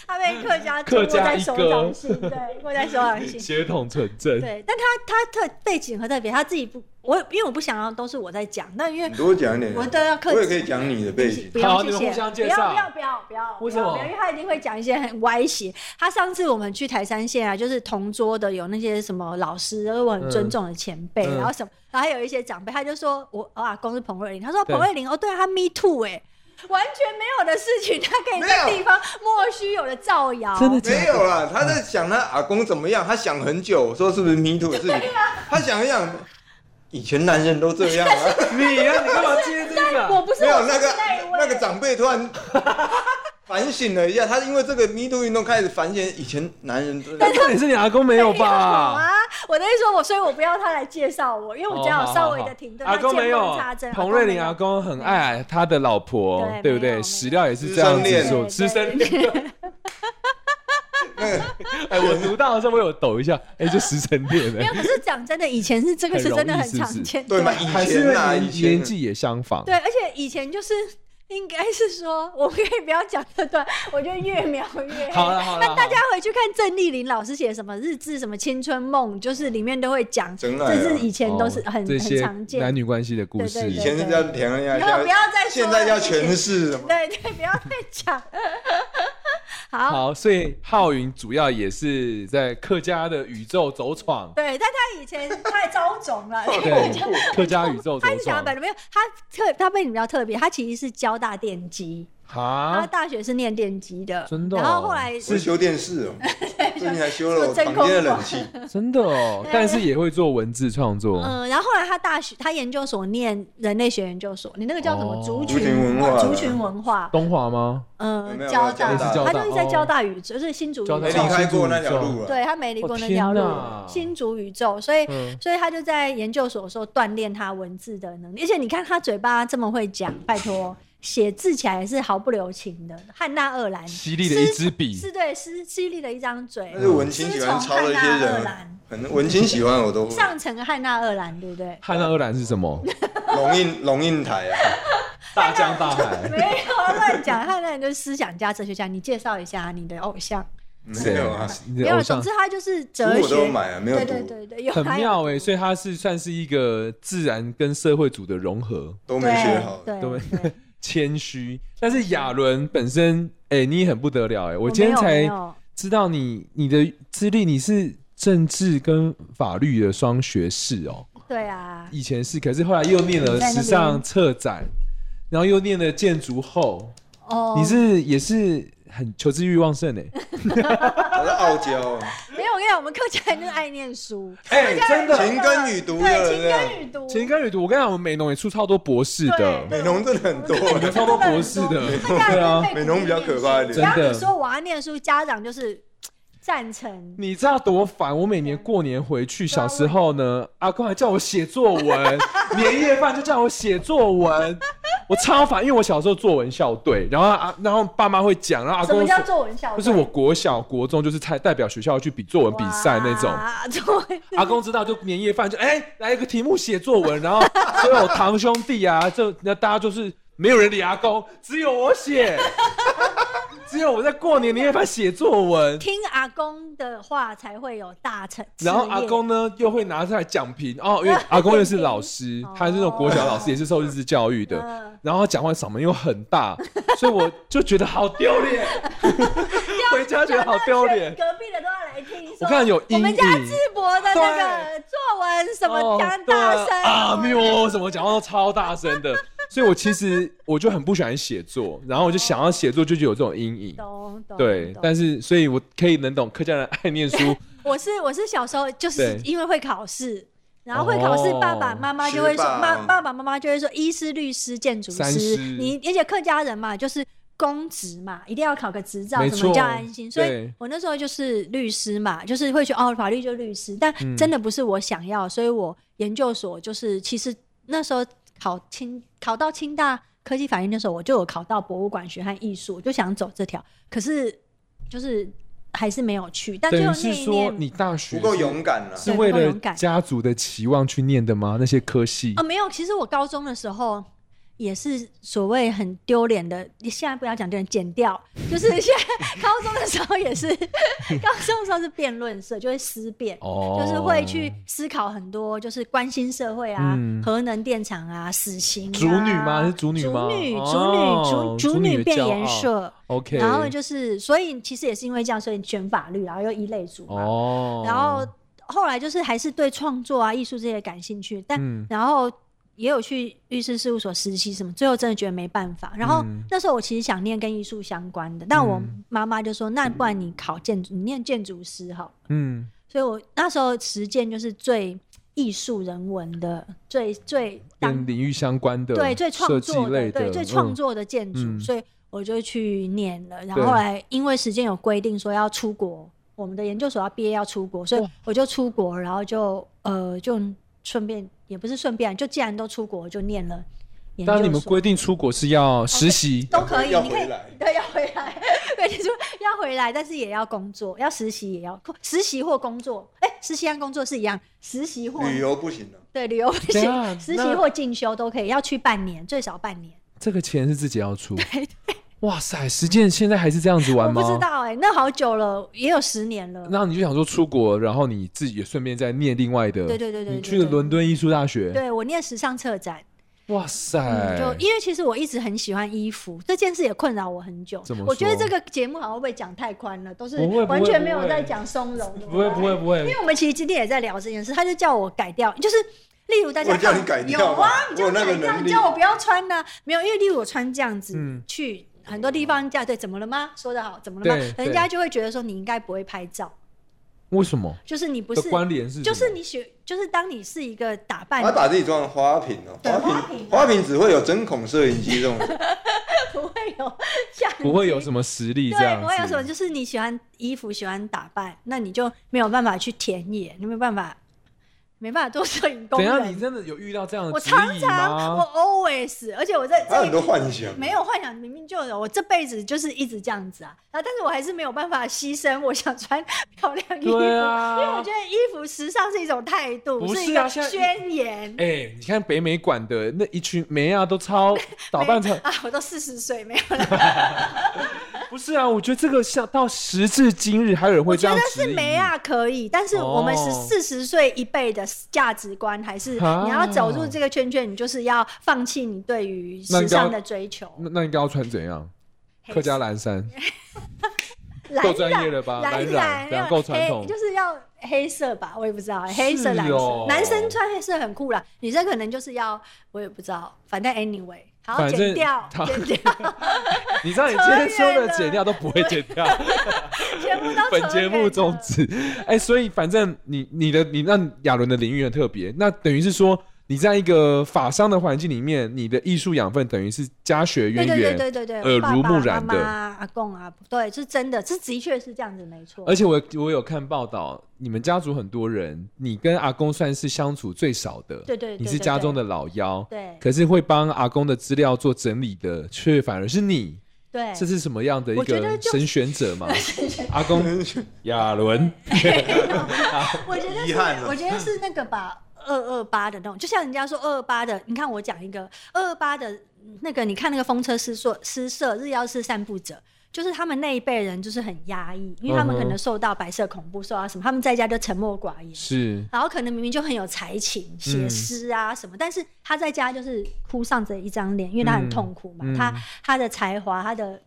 B: 他被客家
A: 客家
B: 握在
A: 一
B: 手
A: 哥
B: 掌心，对，握在手掌心。
A: 血统纯正。
B: 对，但他他特背景很特别，他自己不，我因为我不想要都是我在讲，那因为
C: 你多讲一点，啊
B: 我都要客气
C: 嗯我也可以讲你的背景。
B: 不
A: 好
B: 用
A: 你
B: 谢
A: 们
B: 谢，
A: 互相
B: 不
A: 介
B: 要
A: 绍
B: 不要不要不要，
A: 为
B: 不
A: 什
B: 要
A: 么
B: 不要因为他一定会讲一些很歪斜。他上次我们去台山县啊，就是同桌的有那些什么老师，都是我很尊重的前辈，
A: 嗯嗯
B: 然后什么，然后还有一些长辈，他就说我我阿公是彭瑞玲，他说
A: 对
B: 彭瑞玲哦，对啊，他 me too 哎、完全没有的事情，他可以
C: 没
B: 在
C: 有
B: 地方莫须有的造谣，
A: 真的假
C: 没有啦，他在想他阿公怎么样，他想很久，我说是不是 me too 的事情？
B: 啊
C: 他想一想，以前男人都这
B: *laughs*
C: 样啊。
A: 你呀，你干嘛接这个？
B: 我不是
C: 没有
B: 我
C: 那
B: 是
C: 个
B: 那一位
C: 那个长辈突
B: *laughs*
C: 然反省了一下，他因为这个 Me Too 运动开始反省以前男人都
B: *laughs*
A: 但重点是你阿公没有
B: 没有
A: 吧？
B: 啊！我的意思说，我所以我不要他来介绍我，因为我只要有稍微的停顿。
A: 哦好好好阿公没有
B: 他见缝插针，
A: 彭瑞
B: 没
A: 玲
B: 有
A: 阿公很爱他的老婆，
B: 对
A: 对不
B: 没
A: 对？
B: 有
A: 史料也是这样
C: 师
A: 子
C: 生
A: 说，
B: 恋
A: 师生恋。哎，我读到的时候我有抖一下，哎，就师生恋
B: 没
A: 哎
B: 有。，可是讲真的，以前是这个
A: 很
B: 是真的
A: 容易
B: 很
A: 是不
B: 常
A: 是
B: 见，
C: 对
B: *laughs*
C: 嘛？
B: 对
C: 以
A: 还是因
C: 前啊，
A: 为
C: 以
A: 年
C: 前
A: 年纪也相仿，
B: 对，而且以前就是应该是说，我可以不要讲这段，我就越描越黑。
A: 好了好了
B: 那大家回去看郑丽玲老师写什么日志、什么青春梦，就是里面都会讲，
C: 真爱啊
B: 这是以前都是
A: 哦
B: 很
A: 这
B: 很
A: 些
B: 常见
A: 男。女关系的故事
B: 对对
C: 以
B: 对
C: 前是叫田恩
B: 以后不要
C: 亚，
B: 再说了，
C: 啊现在叫
B: 谢谢
C: 全是。
B: *laughs* 对对，不要再讲。 *laughs* 好，
A: 好，所以浩云主要也是在客家的宇宙走
B: *laughs*
A: 闯，
B: 对，但他以前太招肿了， *laughs*
A: 对，客家宇宙走
B: 他是想
A: 闯
B: 要。摆没有他特他被你比较特别，他其实是交大电机，他
A: 哈，
B: 大学是念电机的，
A: 啊真的哦
B: 然后后来
C: 是修电视哦，最近还修了我
B: 真
C: 房
B: 空
C: 间的
B: 管
C: 冷气。
A: 真的哦，但是也会做文字创作，
B: 嗯，然后后来他大学，他研究所念人类学研究所，你那个叫什么
A: 哦
B: 族
C: 族群文化
B: 族群文化，
A: 东华吗？
B: 嗯
C: 没，有
B: 交
C: 交
B: 大，
A: 大交
B: 他就是在
A: 大
B: 交大宇宙，就是新竹宇
A: 交大
C: 没
B: 宙
C: 离，开过那条路了。啊
B: 对他没离
A: 哦
B: 过那
A: 天
B: 条路
A: 哪，
B: 新竹宇宙，所以
A: 嗯，
B: 所以他就在研究所的时候锻炼他文字的能力，而且你看他嘴巴这么会讲，拜托，写字起来也是毫不留情的，汉娜·鄂兰
A: 犀利的一支笔，
B: 是对，是犀利的一张嘴
C: 但，是文青喜欢抄的一
B: 师从
C: 些
B: 汉
C: 人
B: 娜二兰，
C: 很文青喜欢我都
B: *laughs*
C: 会。
B: 上层的汉娜·鄂兰，对不对？ *laughs*
A: 汉娜二兰是什么？
C: 龙应龙应台啊，
A: *laughs* 大江大海，
B: 没有啊乱讲，汉娜就是思想家、哲学家。你介绍一下你的偶像。
C: 没有啊，
A: 你
B: 没
A: 的
B: 有
A: 偶
B: 啊，总
A: 像
B: 之他就是哲
C: 书
B: 学。
C: 我都买啊了，没有
B: 对
C: 读
B: 对对对，有
A: 很妙哎、
B: 哎、
A: 所以他是算是一个自然跟社会组的融合，
C: 都
B: 对
C: 没学好。
B: 对
A: 对
B: 对，
A: 谦虚。但是亚伦本身，哎、你也很不得了哎、我今天
B: 没有没
A: 才
B: 有
A: 知道你你的资历，你是政治跟法律的双学士哦、
B: 对啊，
A: 以前是，可是后来又念了
B: 在那
A: 时
B: 边
A: 尚策展，然后又念了建筑后，
B: 哦，
A: 你是也是很求知欲旺盛
B: *laughs*
A: 哎、
C: 我是傲娇，啊
B: 没有？我跟你讲，我们客家人就是爱念书，
A: 哎、真的，
C: 勤耕雨读
B: 对，
C: 的
B: 勤
C: 这样，
B: 耕雨读，
A: 前跟阅读，我跟你讲，我们美农也出超多博士的
B: 对，
C: 美容真的很多。
A: 你们超多博士的，对啊，
C: 美农比较可怕一点
B: 只要
A: 真的
B: 啊你说我要念书，家长就是赞成。
A: 你知道多烦？我每年过年回去，
B: 啊
A: 小时候呢，阿公还叫我写作
B: *laughs*
A: 文，年夜饭就叫我写作文，我超烦，因为我小时候作文校队，然后啊，然后爸妈会讲，然后阿
B: 什
A: 公
B: 么叫
A: 说
B: 作文校
A: 就
B: 队？
A: 是我国小、国中就是代代表学校去比作文比赛那种。
B: 哇啊作文
A: 阿公知道就年夜饭就哎、来一个题目写作文，
B: *laughs*
A: 然后所有堂兄弟啊，就那大家就是没有人理阿公，只有我
B: *laughs*
A: 写，只有我在过年年夜饭写作文。
B: 听阿公的话才会有大成。
A: 然后
B: 事业
A: 阿公呢又会拿出来讲评哦，因为阿公又是老师
B: *laughs* 哦，
A: 他是那种国小老师，也是受日式教育的。
B: 嗯
A: 然后他讲话嗓门又很大，所以我就觉得好丢
B: *laughs*
A: 脸，回家觉得好丢脸。
B: 隔壁的都要来听说，
A: 我看有
B: 我
A: 阴
B: 们
A: 影
B: 家智博的那个作文什么讲大
A: 哦对
B: 声
A: 啊，没有什么讲话都超大声的，所以我其实我就很不喜欢写作，然后我就想要写作就有这种阴影。
B: 懂懂
A: 对，
B: 懂
A: 但是所以我可以能懂客家人爱念书，
B: 我是我是小时候就是
A: 对
B: 因为会考试。然后会考试
A: 哦，
B: 爸爸妈妈就会说，
C: 学霸
B: 妈爸爸妈妈就会说，医师、律师、建筑
A: 三
B: 师
A: 师，
B: 你而且客家人嘛，就是公职嘛，一定要考个执照，
A: 没
B: 什么比较
A: 错
B: 安心。所以
A: 对
B: 我那时候就是律师嘛，就是会觉得哦，法律就律师，但
A: 嗯
B: 真的不是我想要，所以我研究所就是其实那时候考清考到清大科技法院的时候，我就有考到博物馆学和艺术，我就想走这条，可是就是还是没有去，但就
A: 等于
B: *laughs* 那
A: 是
B: 一
A: 说
B: 年。
A: 你大学
C: 不够
A: 是
C: 勇敢了，啊
A: 是为
B: 对不够
A: 了
B: 勇敢
A: 家族的期望去念的吗？那些科系
B: 啊，没有，其实我高中的时候也是所谓很丢脸的，你现在不要讲丢脸，剪掉，就是现在高中的时候也是， *laughs* 高中的时候是辩论社，就会思辨。
A: 哦
B: 就是会去思考很多，就是关心社会啊，
A: 嗯
B: 核能电厂啊，死刑、啊。
A: 主女吗是主女吗
B: 主女，
A: 哦
B: 主女，主
A: 主女的
B: 女辩
A: 骄
B: 研
A: 傲
B: 社。
A: OK，
B: 然后就是，所以其实也是因为这样，所以选法律，然后又一类组嘛。
A: 哦，
B: 然后后来就是还是对创作啊、艺术这些感兴趣，但
A: 嗯
B: 然后也有去律师事务所实习什么，最后真的觉得没办法。然后
A: 嗯
B: 那时候我其实想念跟艺术相关的，但我
A: 嗯
B: 妈妈就说：“那不然你考建筑，你念建筑师好了。
A: 嗯，”
B: 所以我那时候实践就是最艺术人文的，最最当
A: 跟领域相关的
B: 对最
A: 设
B: 创
A: 计
B: 作
A: 类
B: 的，对最创作的建筑，
A: 嗯
B: 所以我就去念了。然
A: 对
B: 后后来因为时间有规定说要出国，我们的研究所要毕业要出国，所以
A: 哇
B: 我就出国，然后就呃就顺便也不是顺便，就既然都出国，我就念了研
A: 当然，你
B: 究
A: 们
B: 所。哦
A: 规定出国是要实习，
B: 都可以，
C: 要
B: 你可以
C: 回来
B: 对要回来， *laughs* 对，你说要回来，但是也要工作，要实习，也要实习或工作。哎、实习和工作是一样，实习或
C: 旅游不行了。啊
B: 对旅游不
A: 等一
B: 行
A: 下，
B: *laughs* 实习
A: 啊那
B: 或进修都可以，要去半年，最少半年。
A: 这个钱是自己要出。
B: *laughs* 对
A: 哇塞，实践现在还是这样子玩吗？
B: 我不知。道哎、那好久了，也有十年了。
A: 然后你就想说出国，然后你自己也顺便再念另外的。
B: 对对对对
A: 你
B: 对
A: 去了
B: 对
A: 伦敦艺术大学。
B: 对我念时尚策展，
A: 哇
B: 嗯，
A: 塞，
B: 就因为其实我一直很喜欢衣服，这件事也困扰我很久
A: 怎么。
B: 我觉得
A: 说
B: 这个节目好像会被讲太宽了，都是
A: 不会不会
B: 完全没
A: 不
B: 有
A: 会
B: 在讲松茸的。欸
A: 不会不会不
B: 因
A: 会
B: 为，我们其实今天也在聊这件事，他就叫我改掉，就是例如大家
C: 我叫你改掉
B: 有啊
C: 吗，
B: 你
C: 我
B: 叫
C: 有那个
B: 改掉，
C: 能
B: 你
C: 力
B: 叫我不要穿呐、没有，因为例如我穿这样子、
A: 嗯
B: 去很多地方家对怎么了吗？说得好，怎么了吗
A: 对？对
B: 人家就会觉得说你应该不会拍照，
A: 为什么？
B: 就是你不
A: 的
B: 是，
A: 关联是什么
B: 就是你喜，就是当哎你是一个打扮
C: 还把自己装成花瓶哦、
B: 对
C: 花
B: 花瓶啊
C: 瓶花瓶只会有针孔摄影机这
B: *laughs*
C: 种，
B: *laughs* 不会有像
A: 不会有什么实力这
B: 对，
A: 样子，
B: 不会有什么，就是你喜欢衣服，喜欢打扮，那你就没有办法去田野，你没有办法，没办法做摄影
A: 等
B: 工
A: 一下，你
B: 人。
A: 真的有遇到这样的
B: 我
A: 质
B: 常
A: 疑
B: 常，我
A: 吗？
B: always，而且我在
C: 还
B: 这
C: 有很多幻想。
B: 没有幻想，明明就有，我这辈子就是一直这样子啊。然后，但是我还是没有办法牺牲，我想穿漂亮衣服，
A: 对
B: 因为我
A: 啊
B: 觉，得衣服时尚是一种态度，
A: 不
B: 一
A: 是啊
B: 个
A: 现在
B: 宣言。 *laughs*
A: 哎、你看北美馆的那一群梅啊，都超打扮成
B: 没啊，我都四十岁没有了。
A: 不是啊，我觉得这个像到时至今日，还有人
B: 我
A: 会这
B: 觉
A: 样
B: 得
A: 质
B: 是
A: 疑。
B: 没啊，可以，但是我们是
A: 哦
B: 四十岁一辈的价值观，还是
A: 啊
B: 你要走入这个圈圈，你就是要放弃你对于时尚的追求。
A: 那那应该要穿怎样？
B: 黑
A: 客家蓝衫，
B: 蓝
A: 够专业了吧？
B: 蓝
A: 染，这
B: 没有
A: 样够传
B: 黑
A: 统
B: 就。是要黑色吧，我也不知道，欸黑色
A: 是
B: 蓝色
A: 哦，
B: 男生穿黑色很酷啦，女生可能就是要，我也不知道，反正 anyway，好
A: 反正
B: 剪掉，
A: 他
B: 剪掉， *laughs* 哎
A: 你知道你今天说的剪掉都不会剪掉。
B: 全部都
A: *laughs* 本
B: 扯
A: 节
B: 远
A: 目
B: 了
A: 宗旨， *laughs* 哎、所以反正你你的你那亚伦的领域很特别，那等于是说你在一个法商的环境里面，你的艺术养分等于是家学渊
B: 对对对
A: 源，
B: 对对对，
A: 耳
B: 我爸
A: 濡
B: 爸
A: 目染
B: 妈
A: 的
B: 妈啊阿公啊，对，是真的，这的确是这样子，没错。
A: 而且我我有看报道，你们家族很多人，你跟阿公算是相处最少的，
B: 对对对
A: 你是家中的老幺，
B: 对
A: 可是会帮阿公的资料做整理的，却反而是你，
B: 对，
A: 这是什么样的一
B: 我觉得
A: 个
B: 就
A: 神选者
B: *laughs*
A: 嘛？阿公亚伦， *laughs*
B: 我觉得
C: 遗
B: 是
C: 憾了，
B: 我觉得是那个吧，二二八的那种，就像人家说二二八的，你看我讲一个二二八的那个，你看那个风车诗社诗社日曜式散步者。就是他们那一辈人就是很压抑，因为他们可
A: 嗯
B: 能
A: 哼
B: 受到白色恐怖，受到什么，他们在家就沉默寡言，
A: 是
B: 然后可能明明就很有才情，写
A: 嗯
B: 诗啊什么，但是他在家就是哭丧着一张脸，因为他很
A: 嗯
B: 痛苦嘛，
A: 嗯
B: 他他的才华，他的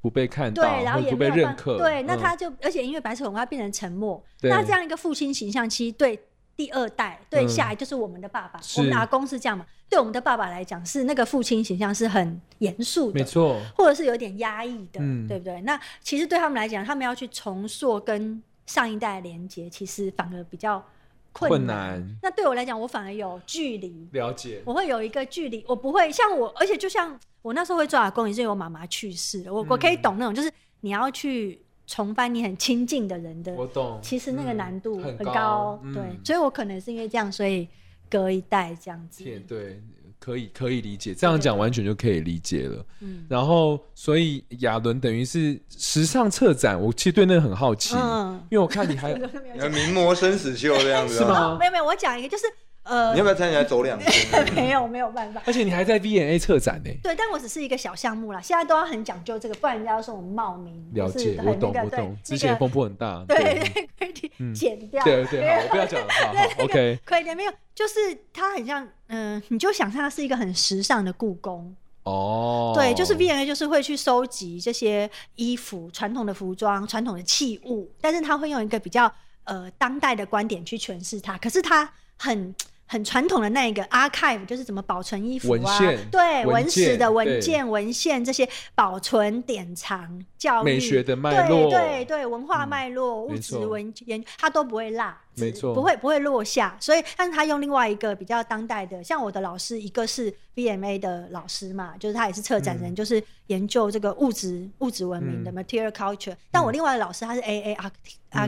A: 不被看到，
B: 对，然后
A: 或
B: 也
A: 不
B: 没
A: 被
B: 有
A: 认
B: 办
A: 可，
B: 对，那
A: 嗯
B: 他就、而且因为白色恐怖，他变成沉默。
A: 对嗯
B: 那这样一个父亲形象，其实对第二代、对下一就是我们的爸爸，
A: 是
B: 我们的阿公是这样嘛？对我们的爸爸来讲，是那个父亲形象是很严肃
A: 没
B: 的，
A: 错，
B: 或者是有点压抑的，
A: 嗯
B: 对不对？那其实对他们来讲，他们要去重塑跟上一代的连接，其实反而比较困
A: 困难
B: 那对我来讲，我反而有距离，
A: 了解，
B: 我会有一个距离，我不会像我，而且就像我那时候会做阿公，也是因为我妈妈去世了，我、我
A: 嗯
B: 可以懂那种，就是你要去重翻你很亲近的人的，
A: 我懂。
B: 其实那个
A: 嗯
B: 难度
A: 很
B: 很高，
A: 嗯
B: 对，所以我可能是因为这样，所以隔一代这样子，
A: 天，对，嗯可以可以理解，这样讲完全就可以理解了。
B: 嗯
A: 然后，所以亚伦等于是时尚策展，我其实对那个很好奇，
B: 嗯，
A: 因为我看
B: *laughs*
A: 你还
C: 你要名模生死秀这样子、啊、
A: 是吗
B: 哦，没有没有，我讲一个，就是呃
C: 你要，不要参加
B: *laughs*
C: 走两天？
B: 没有没有办法。
A: 而且你还在 V&A 策展呢、
B: 对，但我只是一个小项目啦，现在都要很讲究这个，不然人家说我们冒名，
A: 了
B: 就是
A: 解，
B: 很
A: 我
B: 那
A: 懂，
B: 个
A: 我
B: 对
A: 懂。之
B: 那
A: 前
B: 个
A: 风波很大，
B: *laughs* 对对，规定
A: 嗯
B: 剪掉，
A: 对对，好，我不要讲了，好好
B: 那个
A: ，OK，
B: 可以的，没有，就是它很像，嗯、你就想象它是一个很时尚的故宫，
A: 哦，
B: 对，就是 V&A 就是会去收集这些衣服、传统的服装、传统的器物，但是他会用一个比较呃当代的观点去诠释它，可是它很。很传统的那一个 archive 就是怎么保存衣服啊，
A: 文献
B: 对
A: 文
B: 文史的
A: 件
B: 文
A: 对
B: 件、文献这些保存、典藏、教育、
A: 美学的脉络，嗯
B: 对对对，文化脉络、
A: 没
B: 物质
A: 错
B: 文研，它都不会落，只
A: 没错
B: 不会不会落下。所以，但是他用另外一个比较当代的，像我的老师，一个是 BMA 的老师嘛，就是他也是策展人，就是研究这个物质物质文明的
A: 嗯
B: material culture。但我另外的老师他是 AA Arch-
A: 嗯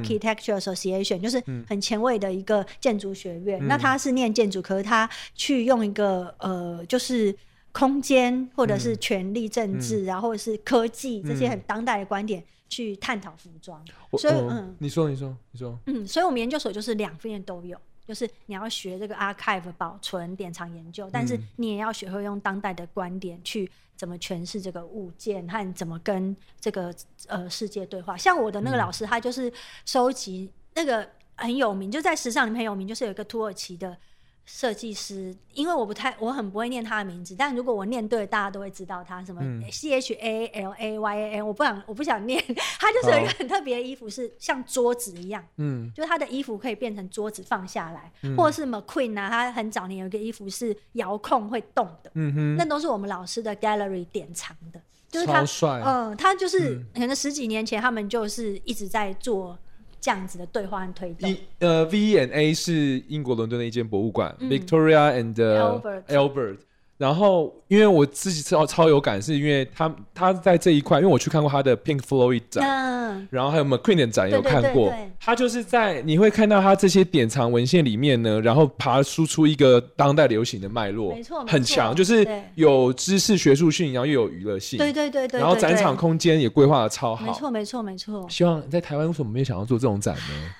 B: Architecture Association，就是
A: 嗯
B: 很前卫的一个建筑学院。
A: 嗯
B: 那他是念建筑，可是他去用一个呃，就是。空间，或者是
A: 嗯
B: 权力政治啊，或者是科技这些很当代的观点去探讨服装。
A: 我
B: 所以
A: 嗯
B: 嗯，
A: 你说，你说，你说，
B: 嗯，所以我们研究所就是两方面都有，就是你要学这个 archive 保存、典藏研究，但是
A: 嗯
B: 你也要学会用当代的观点去怎么诠释这个物件和怎么跟这个呃世界对话。像我的那个嗯老师，他就是收集那个很有名，就在时尚里面很有名，就是有一个土耳其的设计师，因为我不太我很不会念他的名字，但如果我念对，大家都会知道他什么
A: 嗯
B: C H A L A Y A N，我不想我不想念，他就是有一个
A: 好
B: 很特别的衣服，是像桌子一样。
A: 嗯
B: 就是他的衣服可以变成桌子放下来，
A: 嗯
B: 或者是 McQueen 啊，他很早年有一个衣服是遥控会动的，
A: 嗯哼，
B: 那都是我们老师的 gallery 典藏的，就是他
A: 超，帅，
B: 嗯、他就是、
A: 嗯
B: 可能十几年前他们就是一直在做这样子的对话和推动
A: 一。呃，V and A 是英国伦敦的一间博物馆、
B: 嗯
A: v i c t o r i a and
B: Albert
A: Albert。然后，因为我自己超超有感，是因为他他在这一块，因为我去看过他的 Pink Floyd 展，
B: 嗯
A: 然后还有 McQueen 的展也有
B: 对对
A: 看
B: 对
A: 过
B: 对。
A: 他就是在你会看到他这些典藏文献里面呢，然后爬输出一个当代流行的脉络，
B: 没错没
A: 很
B: 错
A: 强，就是
B: 对
A: 有知识学术性，然后又有娱乐性，
B: 对对对对，
A: 然后
B: 对
A: 展场，空间也规划的超
B: 对没
A: 好，
B: 错没错
A: *laughs*
B: 没错，
A: 希望在台湾为什么没有想要做这种展呢？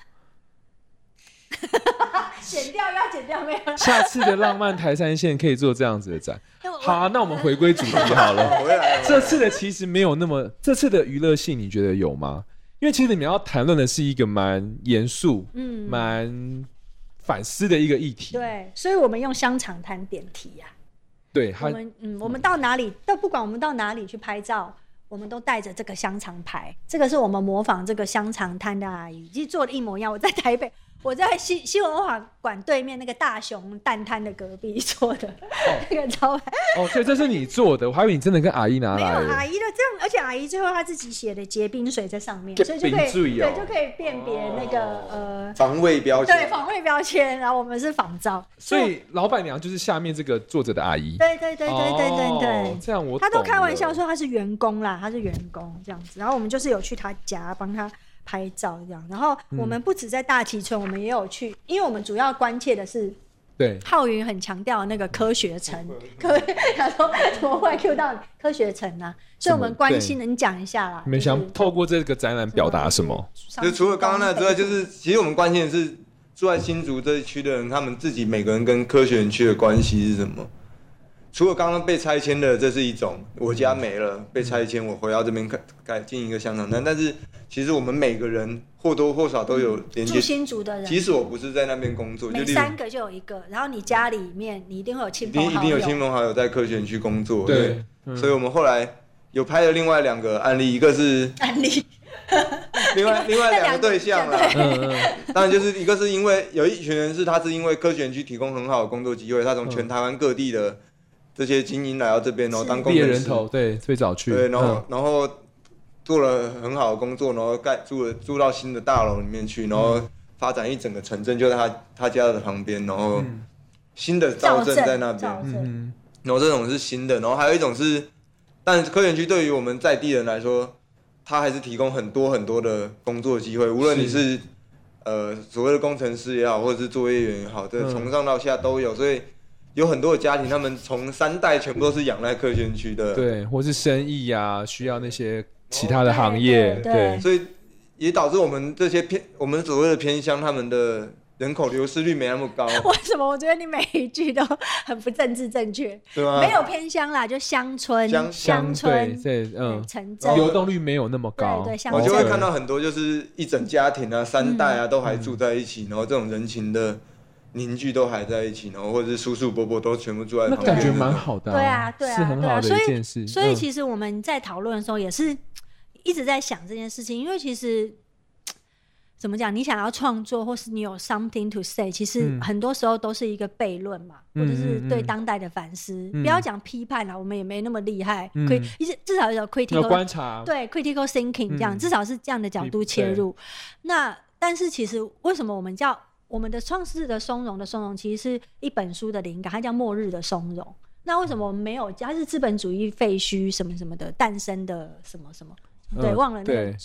B: 剪掉要剪掉没有？
A: *laughs* 下次的浪漫台山线可以做这样子的
B: *laughs*
A: 展。
B: 那 *laughs* 我
A: 好、啊，那我们回归主题好
B: *laughs*
A: 了。
C: 回来了。
A: 这次的其实没有那么，这次的娱乐性你觉得有吗？因为其实你们要谈论的是一个蛮严肃、
B: 嗯，
A: 蛮反思的一个议题。
B: 对，所以我们用香肠摊点题啊呀、
A: 对，
B: 我
A: 它
B: 们嗯，我们到哪里都不管我们到哪里去拍照，我们都带着这个香肠牌。这个是我们模仿这个香肠摊的阿姨，其实做的一模一样。我在台北， *laughs* 我在西西文化馆对面那个大熊蛋摊的隔壁做的、 *laughs* 那个招牌，
A: 哦，所以这是你做的，我还以为你真的跟阿姨拿
B: 没有
A: 来
B: 阿
A: 的。
B: 姨的这样，而且阿姨最后她自己写的结冰水在上面，
A: 结
B: 所以就可以
A: 冰水哦
B: 对就可以辨别那个、呃。
C: 防卫标
B: 对
C: 签，
B: 防卫标签，然后我们是仿照，
A: 所以老板娘就是下面这个作者的阿姨。
B: 对对对对对对对
A: 哦，这样我
B: 他都
A: 懂
B: 开玩笑
A: 了
B: 说他是员工啦，他是员工这样子。然后我们就是有去他家帮他拍照这样。然后
A: 嗯
B: 我们不止在大崎村，我们也有去，因为我们主要关切的是
A: 对，
B: 浩云很强调那个科学城， *laughs* 科他说怎么会 Q 到你科学城啊？所以我们关心的，你讲一下啦。
A: 你们想透过这个展览表达什么？
C: 就除了刚刚那之外，就是其实我们关心的是住在新竹这一区的人，他们自己每个人跟科学园区的关系是什么？除了刚刚被拆迁的，这是一种，我家没了被拆迁，我回到这边改改进一个香肠摊。但是其实我们每个人或多或少都有连
B: 嗯住
C: 接，
B: 新竹的
C: 即
B: 人，
C: 使我不是在那边工作，就
B: 每
C: 例如
B: 三个就有一个。然后你家里面你一定会有
C: 一
B: 亲
C: 定
B: 朋
C: 一
B: 好
C: 定有
B: 友，
C: 亲朋好友在科学园区工作，
A: 对，嗯
C: 所以我们后来有拍了另外两个案例，一个是
B: *laughs* 案例 *laughs*
C: 另外另外两个对象啦。
A: 嗯嗯
C: *laughs* 当然，就是一个是因为有一群人是他是因为科学园区提供很好的工作机会，他从全台湾各地的这些精英来到这边，然后当
A: 嗯，
B: 是
C: 工
A: 猎
C: 程
A: 人
C: 师，
A: 头对最早去，
C: 对，然后、
A: 嗯
C: 然后做了很好的工作，然后盖住了住到新的大楼里面去，然后
A: 嗯
C: 发展一整个城镇就在他他家的旁边，然后新的造镇在那边，
B: 赵正
A: 嗯哼
C: 然后这种是新的，然后还有一种是，但科研区对于我们在地人来说，它还是提供很多很多的工作机会，无论你是呃所谓的工程师也好，或者是作业员也好，这
A: 嗯
C: 从上到下都有，所以有很多的家庭，他们从三代全部都是仰赖科研区的，
A: 对，或是生意呀、需要那些其他的行业，
B: 哦对对
C: 所以也导致我们这些偏我们所谓的偏乡，他们的人口流失率没那么高，
B: 为什 *laughs* 么我觉得你每一句都很不政治正确？
C: 对吗？
B: 没有偏乡啦，就乡村、
C: 乡
A: 相嗯对
B: 村、
A: 对，嗯，
B: 城镇
C: 然。后
A: 流动率没有那么高，
B: 对对乡
C: 我
B: 村
C: 就会看到很多就是一整家庭啊，三代啊都还住在一起，然后这种人情的凝聚都还在一起，然后或者是叔叔伯伯都全部住在
A: 那
C: 旁边，
A: 感觉蛮。好的、
B: 对啊，对啊，
A: 是很
B: 对
A: 好
B: 啊，
A: 的
B: 所
A: 一
B: 以
A: 件事。嗯
B: 所以
A: 实、
B: 其实我们在讨论的时候也是一直在想这件事情，因为其实怎么讲，你想要创作或是你有 something to say，其实
A: 嗯
B: 很多时候都是一个悖论嘛，
A: 嗯
B: 或者是
A: 嗯
B: 对
A: 嗯
B: 当代的反思。
A: 嗯
B: 不要讲批判啦，我们也没那么厉害，
A: 嗯
B: 可以一直至少有
A: 要
B: critical
A: 观察，哎
B: 对 critical thinking 这样，
A: 嗯
B: 至少是这样的角度切入。那但是其实为什么我们叫我们的创世的松茸的松茸，其实是一本书的灵感，它叫《末日的松茸》。那为什么我们没有？它是资本主义废墟什么什么的诞生的什么什么？
A: 嗯
B: 对，忘了那个
A: 对，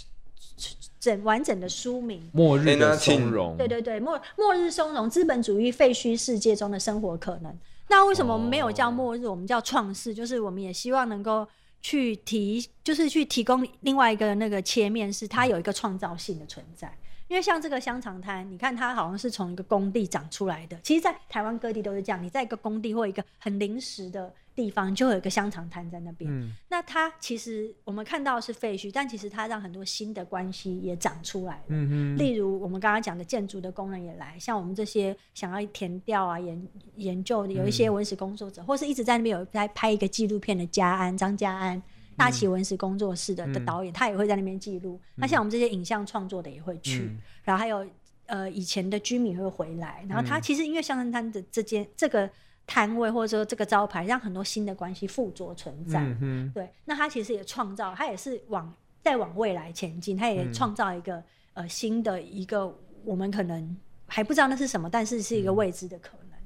B: 整完整的书名。
A: 末日
C: 哎那
A: 的
C: 请
A: 从容，
B: 对对对，末末日松茸，资本主义废墟世界中的生活可能。那为什么我们没有叫末日，我们叫创世？就是我们也希望能够去提，就是去提供另外一个那个切面，是它有一个创造性的存在。因为像这个香肠摊，你看它好像是从一个工地长出来的，其实，在台湾各地都是这样。你在一个工地或一个很临时的地方，就会有一个香肠摊在那边。
A: 嗯，
B: 那它其实我们看到的是废墟，但其实它让很多新的关系也长出来了。
A: 嗯哼，
B: 例如我们刚刚讲的建筑的工人也来，像我们这些想要填调啊、研研究的，有一些
A: 嗯
B: 文史工作者，或是一直在那边有在拍一个纪录片的家安张家安。大旗文史工作室的的
A: 嗯
B: 导演，他也会在那边记录。那像我们这些影像创作的也会去，
A: 嗯
B: 然后还有呃以前的居民会回来，然后
A: 嗯
B: 他其实因为香山滩的这间这个摊位或者说这个招牌，让很多新的关系附着存在。
A: 嗯哼，
B: 对，那他其实也创造，他也是往再往未来前进，他也
A: 嗯
B: 创造一个、呃新的一个我们可能还不知道那是什么，但是是一
A: 嗯
B: 个未知的可能。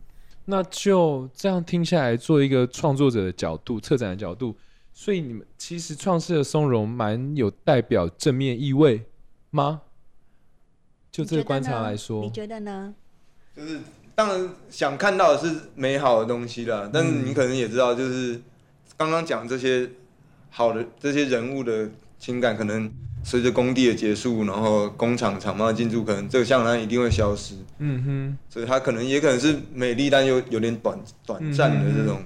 A: 那就这样听下来，做一个创作者的角度、策展的角度，所以你们其实创世的松茸蛮有代表正面意味吗？就
B: 你
A: 这个
B: 觉得
A: 观察
B: 呢
A: 来说，
B: 你觉得呢？
C: 就是当然想看到的是美好的东西啦，但是你可能也知道，就是刚刚讲这些好的这些人物的情感，可能随着工地的结束，然后工厂厂贸的进驻，可能这个向南一定会消失，
A: 嗯哼。
C: 所以它可能也可能是美丽，但又有点短短暂的这种。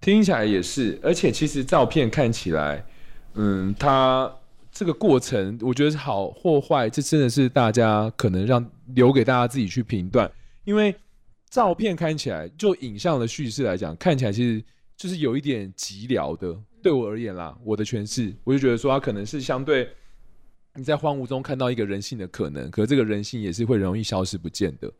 A: 听起来也是，而且其实照片看起来，嗯，它这个过程，我觉得是好或坏，这真的是大家可能让留给大家自己去评断，因为照片看起来，就影像的叙事来讲，看起来其实就是有一点寂寥的。对我而言啦，我的诠释，我就觉得说它啊可能是相对你在荒芜中看到一个人性的可能，可是这个人性也是会容易消失不见的。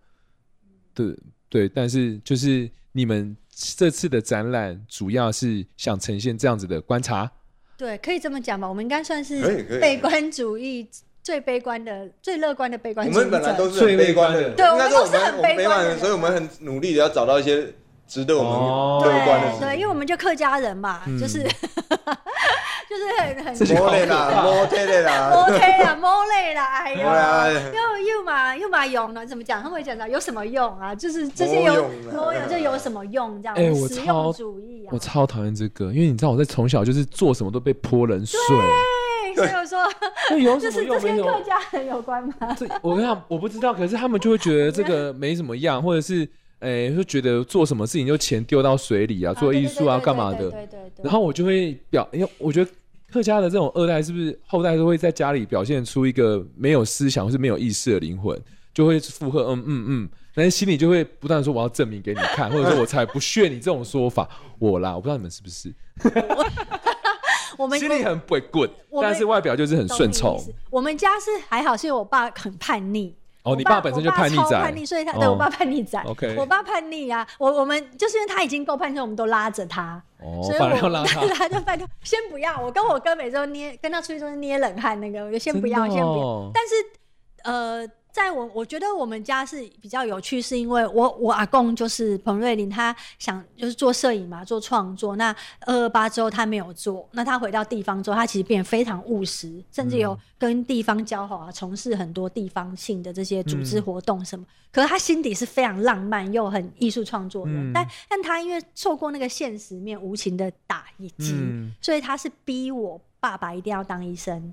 A: 对对，但是就是你们这次的展览主要是想呈现这样子的观察，
B: 对，可以这么讲吧，我们应该算
C: 可以
B: 是
C: 可以
B: 悲观主义最悲观的、最乐观的悲观
C: 我
B: 主义
C: 们
B: 者。
C: 本来都是
A: 最
C: 很悲观
A: 悲
C: 的，
A: 观的
B: 对
C: 应该
B: 我
C: 我
B: 们都是很
C: 们我们
B: 悲观
C: 悲观
B: 的
C: 的，
B: 人
C: 所以我们很努力的要找到一些值得我
A: 哦
C: 们乐观的
B: 对
C: 事
B: 对，
C: 情。
B: 因为我们就客家人嘛，
A: 嗯
B: 就是 *laughs* 就是很很
A: 这句
C: 莫
A: *laughs*
C: 累啦，莫累啦，
B: OK 啦， *laughs* 摸累啦，哎
C: 摸啦
B: 呀，又又嘛又嘛用啊呢？怎么讲？他们会讲到有什么用啊？就是这些
C: 没
B: 有
C: 用啊
B: 摸用就有什么用这样？
A: 哎我
B: 实
A: 超
B: 用主义啊
A: 我！超讨厌这个，因为你知道我在从小就是做什么都被泼冷水，
B: 对，所以
A: *laughs*
B: 我说
A: 那有什么
B: 就是这
A: 用没
B: 跟
A: 有
B: 客？家人有关吗？
A: 这我跟你讲，我不知道，可是他们就会觉得这个没怎么样，或者是诶、就觉得做什么事情就钱丢到水里啊， *laughs* 做艺术啊，
B: 对对对
A: 干嘛的？
B: 对对对对。
A: 然后我就会表，因为我觉得客家的这种二代是不是后代都会在家里表现出一个没有思想或是没有意识的灵魂，就会附和嗯嗯嗯，但是心里就会不断地说我要证明给你
B: *laughs*
A: 看，或者说我才不屑你这种说法，我啦，我不知道你们是不是，
B: 我们
A: 心里很鬼滚，
B: 我们
A: 但是外表就是很
B: 懂
A: 顺
B: 你的意
A: 从。
B: 思我们家是还好，是因为我爸很叛逆。
A: 哦，
B: 我
A: 你
B: 爸
A: 本身
B: 我
A: 就叛逆
B: 超
A: 仔，
B: 叛逆，所以他对
A: 哦
B: 我爸叛逆仔。
A: OK
B: 我爸叛逆啊，我我们就是因为他已经够叛逆，所以我们都拉着他。
A: 哦
B: 所以，我
A: 反而要拉他，
B: 他就拜托，先不要。我跟我哥每周捏，跟他出去都是捏冷汗那个，我就 *laughs* 先不要，
A: 真的
B: 先不要。
A: 哦
B: 但是，呃，在我我觉得我们家是比较有趣，是因为我我阿公就是彭瑞林，他想就是做摄影嘛，做创作。那二二八之后他没有做，那他回到地方之后，他其实变得非常务实，甚至
A: 嗯
B: 有跟地方交好啊，从事很多地方性的这些组织
A: 嗯
B: 活动什么。可是他心底是非常浪漫又很艺术创作的人，
A: 嗯
B: 但但他因为受过那个现实面无情的打击，
A: 嗯
B: 所以他是逼我爸爸一定要当医生。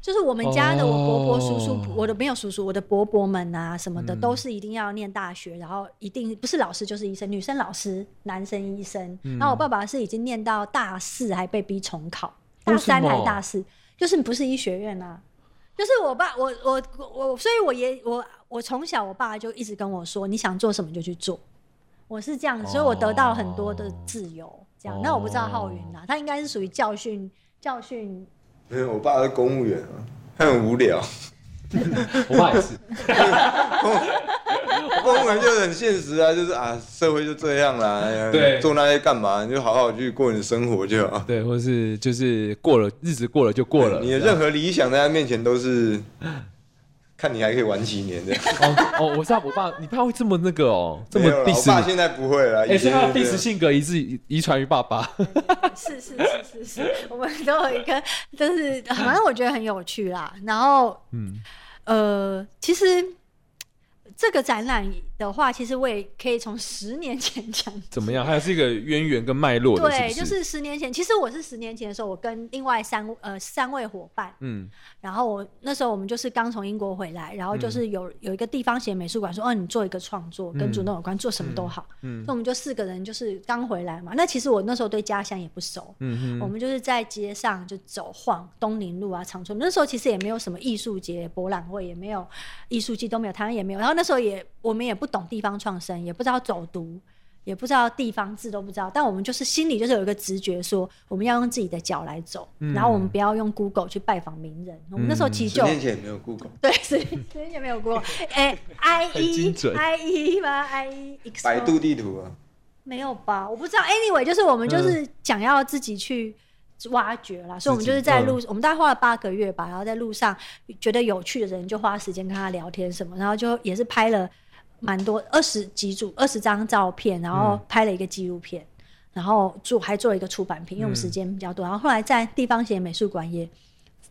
B: 就是我们家的
A: 哦
B: 我伯伯、叔叔，我的没有叔叔，我的伯伯们啊什么的，
A: 嗯
B: 都是一定要念大学，然后一定不是老师就是医生，女生老师，男生医生。
A: 嗯
B: 然后我爸爸是已经念到大四，还被逼重考，
A: 为什
B: 大
A: 么
B: 三还大四，就是不是医学院啊。就是我爸，我我我，我所以我也我我从小我爸就一直跟我说，你想做什么就去做。我是这样，所以我得到很多
A: 哦
B: 的自由。这样，那我不知道浩云啦，他应该是属于教训教训。
C: 没有，我爸是公务员啊，他很无
A: *laughs*
C: 聊。
A: 我爸也是，
C: 公务员就是很现实啊，就是啊，社会就这样啦。哎呀
A: 对
C: 做那些干嘛？你就好好去过你的生活就好。
A: 对，或是就是过了日子过了就过了，
C: 哎你的任何理想在他面前都是，看你还可以玩几年的。
A: 哦哦，我知道我爸，你爸会这么那个哦， *laughs* 这么
C: 没有啦我
A: diss
C: 爸
A: 你。
C: 现在不会了。
A: 哎、所
C: 以前
A: 以他的
C: 就
A: diss
C: 这样
A: 性格一致遗遗传于爸爸。
B: *laughs* 是是是是是， *laughs* 我们都有一个，就是反正我觉得很有趣啦。然后
A: 嗯，
B: 呃，其实这个展览的话，其实我也可以从十年前讲起
A: 怎么样？还有这个渊源跟脉络的，
B: 对，
A: 是
B: 就
A: 不是
B: 是十年前，其实我是十年前的时候，我跟另外三呃三位伙伴，
A: 嗯
B: 然后我那时候我们就是刚从英国回来，然后就是有、有一个地方写美术馆说，哦，你做一个创作跟主动有关，做什么都好。
A: 嗯
B: 那、我们就四个人就是刚回来嘛，那其实我那时候对家乡也不熟。
A: 嗯
B: 我
A: 哼，
B: 们就是在街上就走晃，东林路啊、长春路。那时候其实也没有什么艺术节、博览会，也没有艺术季，都没有，台湾也没有。然后那时候也我们也不懂地方创生，也不知道走读，也不知道地方志，都不知道。但我们就是心里就是有一个直觉说我们要用自己的脚来走，
A: 嗯
B: 然后我们不要用 Google 去拜访名人。我们那时候其实
C: 十
B: 就
A: 嗯
B: 有
C: 年前也没有 Google，
B: 对，十年十年前没有
A: *laughs*
B: 过。哎、i
A: 很
B: E
A: 精准
B: I E 吗？I E
C: 百度地图
A: *laughs*
C: 啊，
B: 没有吧？我不知道。Anyway，就是我们
A: 嗯
B: 就是想要自己去挖掘啦，所以我们就是在路，
A: 嗯
B: 我们大概花了八个月吧，然后在路上觉得有趣的人就花时间跟他聊天什么，然后就也是拍了蛮多二十几组二十张照片，然
A: 嗯
B: 后拍了一个纪录片，然后做还做了一个出版品，
A: 嗯
B: 因为我们时间比较多，然后后来在地方写美术馆也。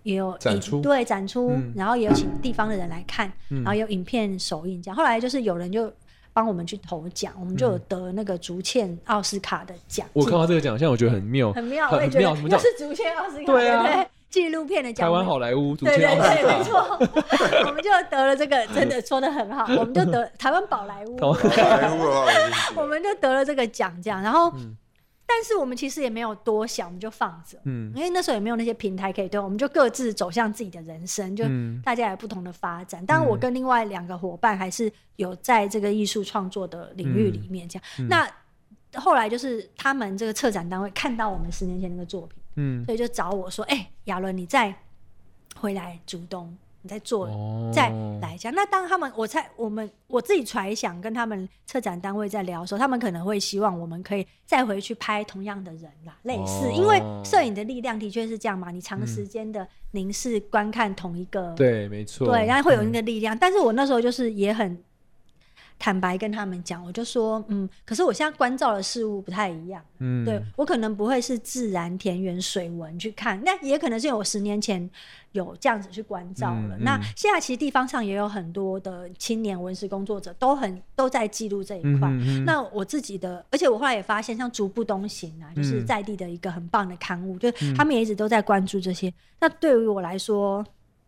B: 也有
A: 展
B: 影
A: 出
B: 对展出，
A: 嗯
B: 然后也有请地方的人来看，然后有影片首映这样。后来就是有人就帮我们去投奖，我们就有得那个竹堑奥斯卡的奖。
A: 嗯我看到这个奖项，我觉得很妙，
B: 很妙，我也
A: 很
B: 觉得
A: 妙，什么叫
B: 又是竹堑奥斯卡，
A: 对啊
B: 不对？纪录片的奖，
A: 台湾好莱坞主
B: 对
A: 角
B: 对
A: 奥斯
B: 对，
A: 卡？
B: 没错，我 *laughs* 们就得了这
A: *laughs*
B: 个，真的说的很好，我们就得台湾宝莱坞，
A: 嗯台湾
C: 百度的话我已经知
B: 我
C: 道
B: 们就得了这个奖，这样。然后
A: 嗯，
B: 但是我们其实也没有多想，我们就放着，
A: 嗯
B: 因为那时候也没有那些平台可以对，我们就各自走向自己的人生，就
A: 嗯
B: 大家有不同的发展。当然，
A: 嗯
B: 我跟另外两个伙伴还是有在这个艺术创作的领域里面这样。
A: 嗯嗯
B: 那后来就是他们这个策展单位看到我们十年前那个作品，
A: 嗯，
B: 所以就找我说：“哎、亚伦，你再回来竹东，你再做
A: 哦
B: 再来一下。那当他们，我猜我们我自己揣想，跟他们策展单位在聊的时候，他们可能会希望我们可以再回去拍同样的人啦，类似，
A: 哦
B: 因为摄影的力量的确是这样嘛，你长时间的凝视观看同一个，
A: 对，没错，嗯
B: 对，然后会有那个力量。但是我那时候就是也很。坦白跟他们讲，我就说，嗯，可是我现在关照的事物不太一样，
A: 嗯，
B: 对我可能不会是自然田园水文去看，那也可能是因为我十年前有这样子去关照了。
A: 嗯
B: 那
A: 嗯
B: 现在其实地方上也有很多的青年文史工作者都很都在记录这一
A: 嗯
B: 块。
A: 哼哼
B: 那我自己的，而且我后来也发现，像《逐步东行》啊，就是
A: 嗯
B: 在地的一个很棒的刊物，就是他们也一直都在关注这些。那对于我来说，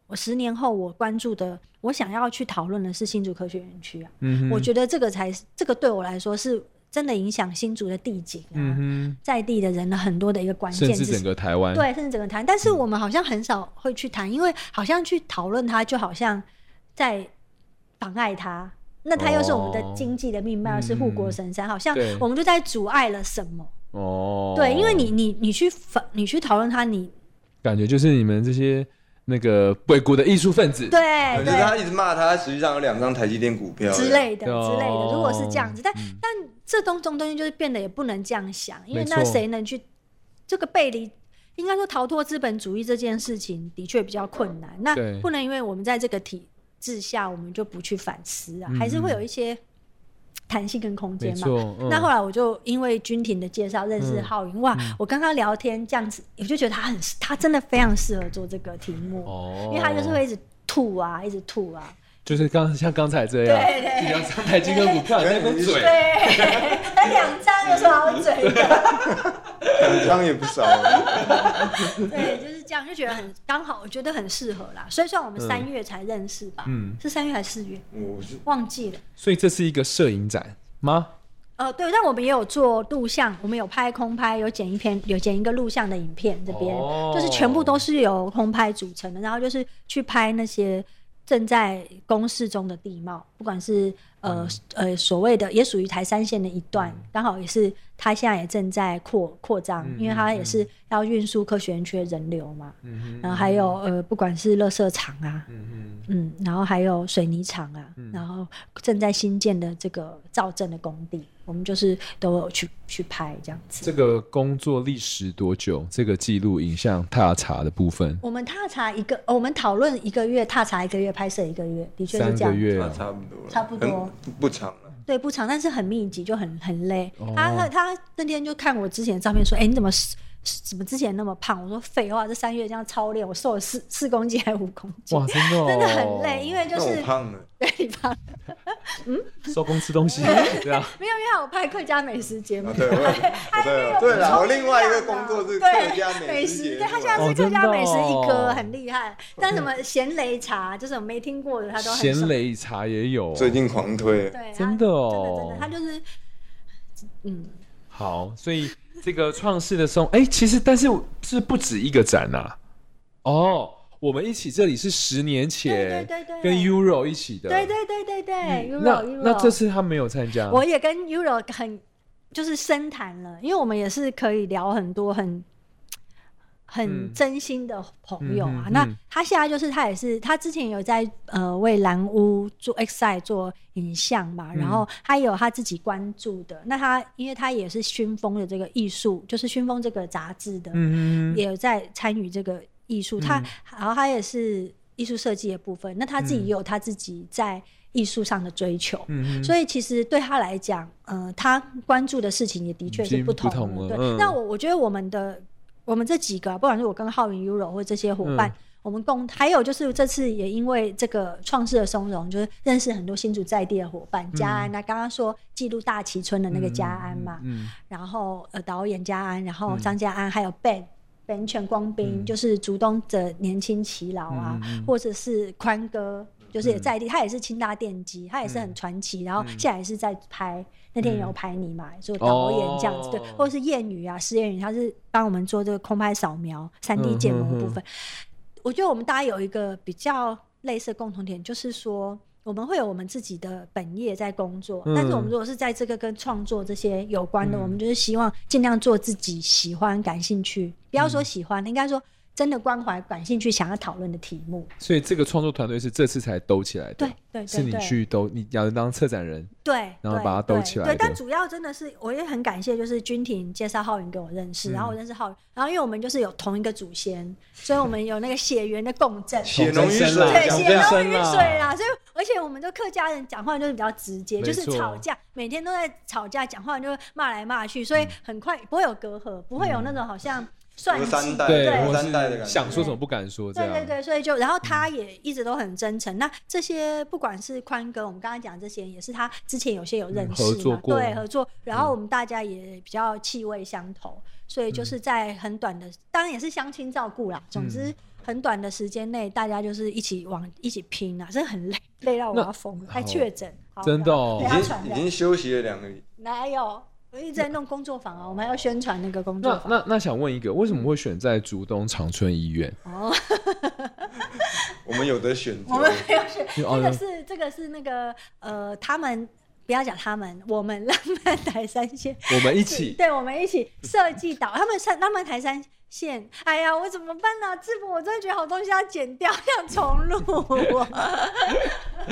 B: 我十年后我关注的，我想要去讨论的是新竹科学园区啊，
A: 嗯哼
B: 我觉得这个才是这个对我来说是真的影响新竹的地景啊，
A: 嗯
B: 在地的人的很多的一个关
A: 哼，甚
B: 键
A: 至
B: 字
A: 整个嗯台湾，
B: 对，甚至整个谈，但是我们好像很少会去谈，因为好像去讨论它，就好像在妨碍它。那它又是我们
A: 哦
B: 的经济的命脉，是护国神山，好像
A: 对
B: 我们就在阻碍了什么？
A: 哦，
B: 对，因为你你你去反你去讨论它，你
A: 感觉就是你们这些那个贵谷的艺术分子，
B: 对
C: 可是他
B: 对
C: 一直骂他，实际上有两张台积电股票
B: 之类的之类的
A: 哦，
B: 如果是这样子，但
A: 嗯
B: 但这东种东西就是变得也不能这样想，因为
A: 没错
B: 那谁能去这个背离？应该说逃脱资本主义这件事情的确比较困难。那
A: 对
B: 不能因为我们在这个体制下，我们就不去反思啊，
A: 嗯
B: 还是会有一些弹性跟空
A: 没
B: 间嘛。
A: 错，嗯
B: 那后来我就因为君婷的介绍认识
A: 嗯
B: 浩云，哇，我跟他聊天这样子，我就觉得他很他真的非常适合做这个题目，
A: 哦，
B: 因为他就是会一直吐啊，一直吐啊，
A: 就是刚像刚才这样，
B: 对对
A: 就像上台金跟股票在那边嘴，
B: 对，他两张有什么好嘴的？
A: *laughs*
C: 两张也不少了。
B: 对，就是这样，就觉得很刚好，我觉得很适合啦。所以算我们
A: 嗯
B: 三月才认识吧，
A: 嗯
B: 是三月还是四月？
C: 我是
B: 忘记了。
A: 所以这是一个摄影展吗？
B: 呃，对，但我们也有做录像，我们有拍空拍，有剪一片，有剪一个录像的影片，这边、
A: 哦
B: 就是全部都是由空拍组成的，然后就是去拍那些正在公示中的地貌，不管是呃、
A: 嗯
B: 呃所谓的也属于台三线的一段，刚好也是它现在也正在扩扩张，
A: 嗯
B: 因为它也是要运输科学园区的人流嘛，
A: 嗯
B: 然后还有呃不管是垃圾场啊，
A: 嗯
B: 嗯，然后还有水泥厂啊，然后正在新建的这个造镇的工地，我们就是都有去去拍这样子。
A: 这个工作历时多久？这个记录影像踏查的部分，
B: 我们踏查一个，呃我们讨论一个月，踏查一个月，拍摄一个月，的确
A: 三
B: 是这
A: 个
B: 样。
A: 月
C: 那
A: 啊，
C: 差不多了，
B: 差不多
C: 很不长了。
B: 对，不长，但是很密集，就很很累。
A: 哦
B: 他他他那天就看我之前的照片说：“哎、你怎么怎么之前那么胖？我说废话，这三月这样操练，我瘦了四四公斤还五公斤，
A: 哇，真的、哦、
B: *laughs* 真的很累，因为就
C: 那我
B: 是
C: 胖
B: *laughs*
C: 了，
B: 对你胖，
A: 收工吃
B: *laughs*
A: 东西，对啊，
B: 没有因为我拍客家美食节目
C: 啊，，对，我有
B: 啊
C: 对对了，我另外一个工作是客家
B: 对
C: 美
B: 美
C: 食节
B: 食，
C: 目
B: 对
C: 啊，
B: 他现在
A: 哦
B: 是客
A: 真的
B: 家美食一
A: 哦
B: 哥，很厉害。但什么咸雷茶，就是我没听过的，他都很熟
A: 咸雷茶也有，哦
C: 最近狂推，
B: 对，他
A: 真的哦
B: 真的真的，他就是嗯，
A: 好，所以这个创世的松，哎、其实但是是不止一个展呐、哦，我们一起这里是十年前
B: 对对对对
A: 跟 Euro 一起的，
B: 对对对对对
A: 那
B: ，Euro
A: 那这
B: Euro，
A: 次他没有参加，
B: 我也跟 Euro 很就是深谈了，因为我们也是可以聊很多很。很
A: 嗯
B: 真心的朋友啊，
A: 嗯嗯嗯
B: 那他现在就是他也是他之前有在呃为蓝屋做 X 赛做影像嘛，
A: 嗯
B: 然后他也有他自己关注的，那他因为他也是熏风的这个艺术，就是熏风这个杂志的
A: 嗯，
B: 也有在参与这个艺术，他然后他也是艺术设计的部分，那他自己也有他自己在艺术上的追求，
A: 嗯
B: 所以其实对他来讲，呃，他关注的事情也的确
A: 已
B: 是
A: 经
B: 不同
A: 不同了
B: 对，
A: 嗯
B: 那我我觉得我们的我们这几个，不管是我跟浩云 Euro 或这些伙伴。
A: 嗯
B: 我们共还有就是这次也因为这个创世的松茸，就是认识很多新竹在地的伙伴，嘉安那刚刚说记录大崎村的那个嘉安嘛，
A: 嗯，
B: 然后呃导演家安，然后张家安，还有 Ben Ben 全光斌，就是竹东的年轻耆老啊，
A: 嗯嗯嗯嗯
B: 或者是宽哥，就是也在地，他也是清大电机，他也
A: 嗯
B: 是很传奇，然后现在也是在拍。那天也有拍你嘛，做导演这样子，对
A: 哦，
B: 或者是谚语啊，施谚语，他是帮我们做这个空拍扫描、三
A: 嗯
B: D 建模的部分。我觉得我们大家有一个比较类似的共同点，就是说我们会有我们自己的本业在工作，
A: 嗯
B: 但是我们如果是在这个跟创作这些有关的，
A: 嗯
B: 我们就是希望尽量做自己喜欢、感兴趣，不要说
A: 嗯
B: 喜欢，应该说真的关怀、感兴趣、想要讨论的题目。
A: 所以这个创作团队是这次才兜起来的，
B: 对对
A: 是
B: 对
A: 你
B: 对。
A: 去兜，你要当策展人，
B: 对，
A: 然后
B: 对
A: 把它兜起来
B: 对。
A: 的
B: 对，但主要真的是，我也很感谢，就是君婷介绍浩云给我认识，
A: 嗯
B: 然后我认识浩云，然后因为我们就是有同一个祖先，所以我们有那个血缘的共振。
C: 血浓于水
A: 重生啦
B: 对，
C: 讲
B: 血
A: 重
B: 浓
A: 生
B: 于水啦，所以而且我们就客家人讲话就是比较直接，
A: 没
B: 就
A: 错
B: 是吵架，每天都在吵架，讲话就骂来骂去，
A: 嗯
B: 所以很快不会有隔阂，不会有那种好像算
C: 隔
B: 计
C: 三。代
A: 对，
C: 对
A: 或
C: 三代的感
A: 是
C: 觉
A: 想说什么不敢说，这
B: 对
A: 样，嗯
B: 对对，所以就然后他也一直都很真诚。那这些不管是宽哥，我们刚刚讲这些，也是他之前有些有认识
A: 嗯
B: 嘛，
A: 合作过嗯
B: 对合作。然后我们大家也比较气味相投，所以就是在很短的，当然也是相亲照顾啦。总之
A: 嗯
B: 很短的时间内，大家就是一起往一起拼啊，真的很累，累到我
A: 那
B: 要疯了，还
A: 好
B: 确诊，好
A: 真的哦
B: 不
C: 已
B: 要不要传
C: 经已
B: 染，
C: 经休息了两个礼，
B: 哪有？我一直在弄工作坊啊，我们还要宣传那个工作
A: 那
B: 坊。
A: 那那想问一个，为什么会选在竹东长春医院？
B: 哦，
C: 我们有得选择
B: 我，们没有宣
A: 因为
B: 这
A: 哦
B: 个是这个是那个呃，他们不要讲他们，我们浪漫台三线
A: 我们一起，
B: 对，我们一起设计导，他们上浪漫台三线，哎呀，我怎么办呢、志博，我真的觉得好东西要剪掉， *laughs* 要重录啊。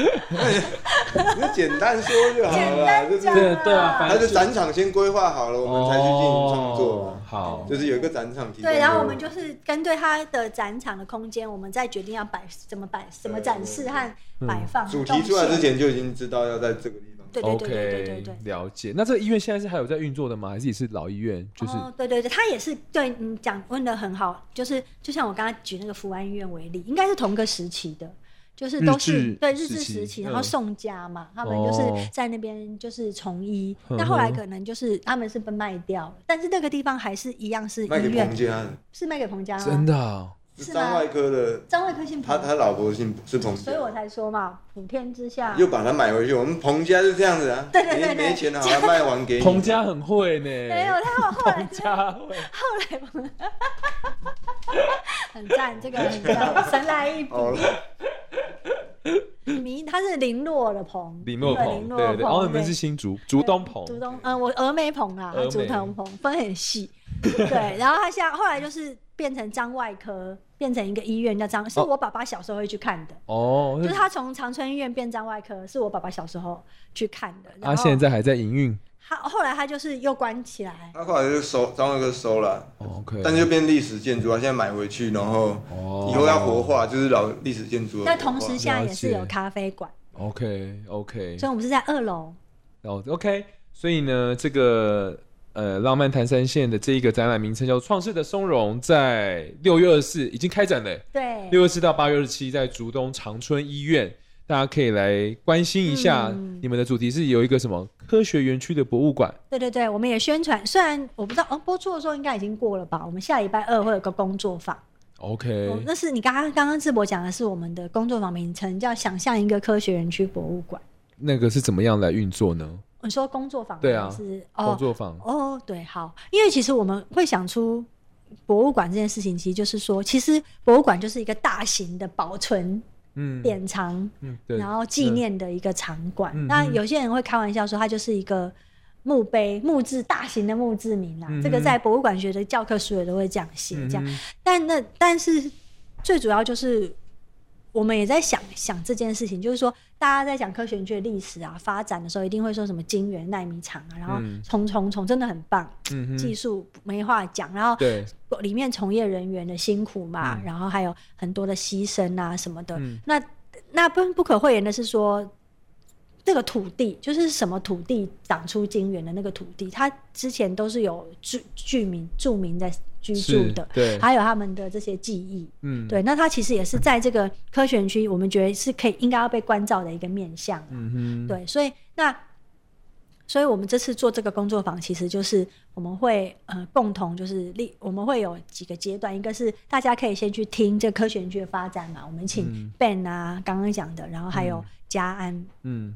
C: 你就简单说就
B: *laughs*
C: 好
B: 简
C: 了，
B: 单
C: 啊就是
B: 讲
A: 对对啊反
C: 他
A: 正
C: 就展场先规划好了，我们才去进行创作
A: 哦
C: 嘛。
A: 好，
C: 就是有一个展场提供给。
B: 对，然后我们就是根据它的展场的空间，我们再决定要摆怎么摆、怎么展示和摆放。
C: 主题出来之，前就已经知道要在这个地方。
B: 对对
A: OK，
B: 对对对对对。
A: 了解。那这个医院现在是还有在运作的吗？还是也是老医院？就是、
B: 哦，对对对，他也是对你讲问的很好，就是就像我刚刚举那个福安医院为例，应该是同个时期的，就是都
A: 日
B: 是
A: 治
B: 对日治
A: 时期
B: 时期，
A: 嗯
B: 然后宋家嘛，他们
A: 哦
B: 就是在那边就是从医，
A: 哼
B: 那后来可能就是他们是被卖掉了，但是那个地方还是一样是医
C: 卖给彭
B: 院，
C: 家的，
B: 是卖给彭家吗？
A: 真，的啊、
C: 是
B: 是吗
C: 张外科的，
B: 张惠科姓
C: 他
B: 彭，
C: 他老婆姓是彭家
B: 所以，我才说嘛，普天之下
C: 又把它买回去。我们彭家是这样子啊，
B: 对对对
C: 没
B: 对
C: 没钱好了，卖完给你。
A: 彭家很会呢，
B: 没有他后来
A: 彭家会，
B: 后来彭，很赞，这个很赞，神来一笔。
C: 好了，
B: 迷，他是林洛的鹏，
A: 李诺
B: 对
A: 鹏，
B: 林
A: 对
B: 洛
A: 对对，然后
B: 鹏
A: 你们是
B: 对
A: 新竹竹东鹏，
B: 竹东，嗯，我峨眉鹏啊
A: 峨眉，
B: 竹藤鹏分很细，对，然后他现在后来就是变成张外科，变成一个医院叫张，是
A: 哦
B: 我爸爸小时候会去看的，
A: 哦，
B: 就是他从长春医院变张外科，是我爸爸小时候去看的，然
A: 啊，
B: 后
A: 现在还在营运、
B: 他后来他就是又关起来，
C: 他后来就收张外科收了，
A: 哦、，OK，
C: 但是就变历史建筑啊，现在买回去，然后
A: 哦
C: 以后要活化，就是老历史建筑的活化。
B: 那同时现在也是
A: 了
B: 有
A: 解
B: 咖啡馆，
A: OK OK，
B: 所以我们是在二楼，
A: 哦，OK，所以呢，这个呃浪漫潭山县的这一个展览名称叫做《创世的松茸》，在六月二十四已经开展了，
B: 对，
A: 六月四到八月二十七在竹东长春医院。大家可以来关心一下，
B: 嗯
A: 你们的主题是有一个什么科学园区的博物馆，
B: 对对对，我们也宣传，虽然我不知道，哦，播出的时候应该已经过了吧？我们下礼拜二会有个工作坊，
A: OK，
B: 哦那是你刚刚刚刚智博讲的是我们的工作坊名称叫“想象一个科学园区博物馆
A: 那个是怎么样来运作呢？”。
B: 你说工作坊吗
A: 对啊
B: 是
A: 工
B: 哦
A: 作坊，
B: 哦，对，好，因为其实我们会想出博物馆这件事情，其实就是说，其实博物馆就是一个大型的保存、
A: 嗯，
B: 典藏，
A: 嗯，对，
B: 然后纪念的一个场馆
A: 嗯。
B: 那
A: 嗯
B: 有些人会开玩笑说，它就是一个墓碑、墓志大型的墓志铭啦啊
A: 嗯。
B: 这个在博物馆学的教科书也都会这样写，
A: 嗯
B: 这样。
A: 哼
B: 但那但是最主要就是。我们也在想想这件事情，就是说，大家在讲科学园区的历史啊、发展的时候，一定会说什么晶圆、纳米厂啊，然后
A: 嗯
B: 重重重，真的很棒，
A: 嗯哼，
B: 技术没话讲。然后
A: 对，
B: 里面从业人员的辛苦嘛，
A: 嗯
B: 然后还有很多的牺牲啊什么的。
A: 嗯
B: 那那不不可讳言的是说，这个土地就是什么土地长出金源的那个土地，它之前都是有居居民住民在居住
A: 是
B: 的，，
A: 对，
B: 还有他们的这些记忆。
A: 嗯，
B: 对，那它其实也是在这个科学园区，我们觉得是可以应该要被关照的一个面向。
A: 嗯哼，
B: 对，所以那，所以我们这次做这个工作坊，其实就是我们会呃共同就是立，我们会有几个阶段，一个是大家可以先去听这科学园区的发展嘛，我们请 Ben 啊刚刚讲的，然后还有嘉安，
A: 嗯，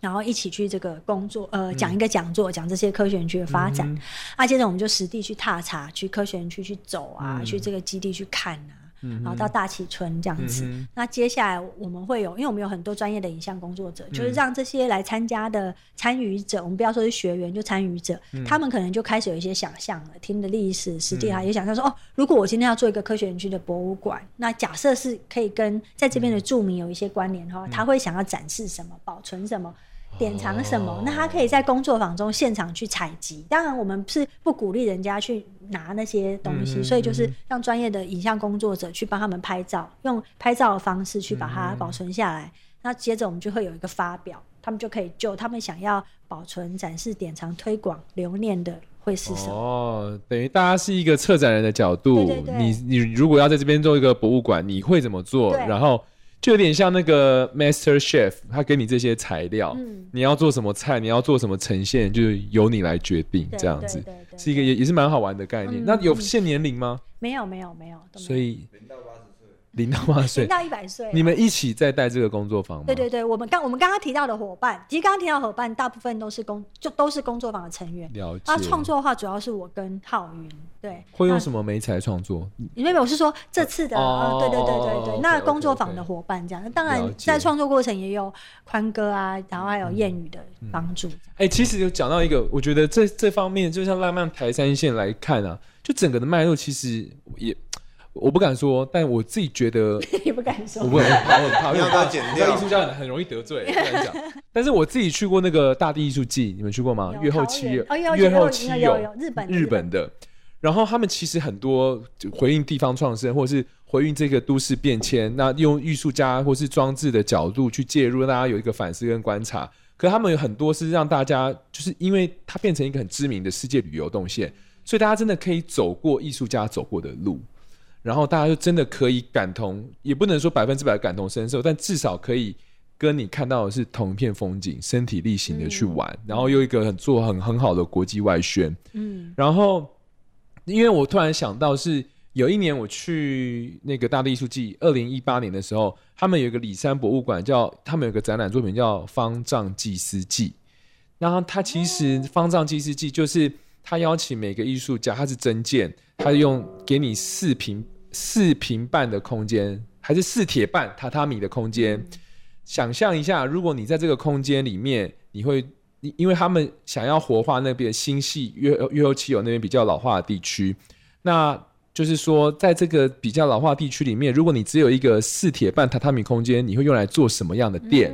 B: 然后一起去这个工作呃讲一个讲座，讲这些科学园区的发展。
A: 嗯哼
B: 啊，接着我们就实地去踏查，去科学园区去走啊，
A: 嗯
B: 去这个基地去看啊，
A: 嗯
B: 然后到大崎村这样子。
A: 嗯哼
B: 那接下来我们会有，因为我们有很多专业的影像工作者，
A: 嗯
B: 就是让这些来参加的参与者，我们不要说是学员，就参与者，
A: 嗯
B: 他们可能就开始有一些想象了，听的历史、实地啊，
A: 嗯
B: 也想象说，哦，如果我今天要做一个科学园区的博物馆，那假设是可以跟在这边
A: 嗯
B: 的住民有一些关联的话，他会想要展示什么、保存什么。典藏什
A: 哦
B: 么？那他可以在工作坊中现场去采集。当然，我们是不鼓励人家去拿那些东西，
A: 嗯哼
B: 所以就是让专业的影像工作者去帮他们拍照，用拍照的方式去把它保存下
A: 嗯
B: 来。那接着我们就会有一个发表，他们就可以就他们想要保存、展示、典藏、推广、留念的会是什么？
A: 哦，等于大家是一个策展人的角度，
B: 对对对
A: 你你如果要在这边做一个博物馆，你会怎么做？
B: 对
A: 然后就有点像那个 Master Chef，他给你这些材料，
B: 嗯，
A: 你要做什么菜，你要做什么呈现，就是由你来决定，
B: 对
A: 这样子
B: 对对对
A: 是一个也也是蛮好玩的概念。
B: 嗯
A: 那有
B: 嗯
A: 限年龄吗？
B: 没有没有没有，都没有
A: 所以 *laughs*
C: 零到八十岁，
A: 零到八
B: 零
A: 岁，
B: 到一百岁啊，
A: 你们一起在带这个工作坊吗？
B: 对对对，我们刚我们刚刚提到的伙伴，其实刚刚提到的伙伴大部分都是工就都是工作坊的成员。
A: 了解。
B: 那啊创作的话，主要是我跟浩云，对，
A: 会用
B: 那
A: 什么媒材创作？
B: 因为我是说这次的，
A: 哦
B: 呃，对对对
A: 哦
B: 对
A: 哦
B: 对
A: 哦，
B: 那
A: OK，OK，
B: 工作坊的伙伴这样。那当
A: 了
B: 然，
A: 解
B: 在创作过程也有宽哥啊，然后还有谚语的帮助。
A: 哎、其实有讲到一个，我觉得这这方面，就像浪漫台山线来看啊，就整个的脉络其实也，我不敢说，但我自己觉得，
B: 也不敢说
A: 我，不敢，我很怕，
C: 你要不要剪掉
A: 我怕艺术家很很容易得罪，不敢讲。 *laughs* 但是我自己去过那个大地艺术季，你们去过吗？
B: 有
A: 月后
B: 桃
A: 七
B: 园
A: 友，
B: 哦
A: 月
B: 月后七
A: 后
B: 友
A: 七
B: 有
A: 友
B: 有有日本的
A: 日
B: 日
A: 本
B: 本
A: 的。然后他们其实很多就回应地方创生，或是回应这个都市变迁，那用艺术家或是装置的角度去介入，让大家有一个反思跟观察。可他们有很多是让大家，就是因为它变成一个很知名的世界旅游动线，所以大家真的可以走过艺术家走过的路，然后大家就真的可以感同，也不能说百分之百感同身受，但至少可以跟你看到的是同一片风景，身体力行的去玩，然后又一个很做很很好的国际外宣，
B: 嗯，
A: 然后，因为我突然想到是有一年我去那个大地艺术季，二零一八年的时候，他们有一个里山博物馆叫他们有个展览作品叫《方丈祭司记》，然后他其实《方丈祭司记》就是他邀请每个艺术家，他是真件，他是用给你四平四平半的空间，还是四铁半榻榻米的空间。想象一下，如果你在这个空间里面，你会，你因为他们想要活化那边新系越越后期有那边比较老化的地区，那就是说，在这个比较老化地区里面，如果你只有一个四铁半榻榻米空间，你会用来做什么样的店？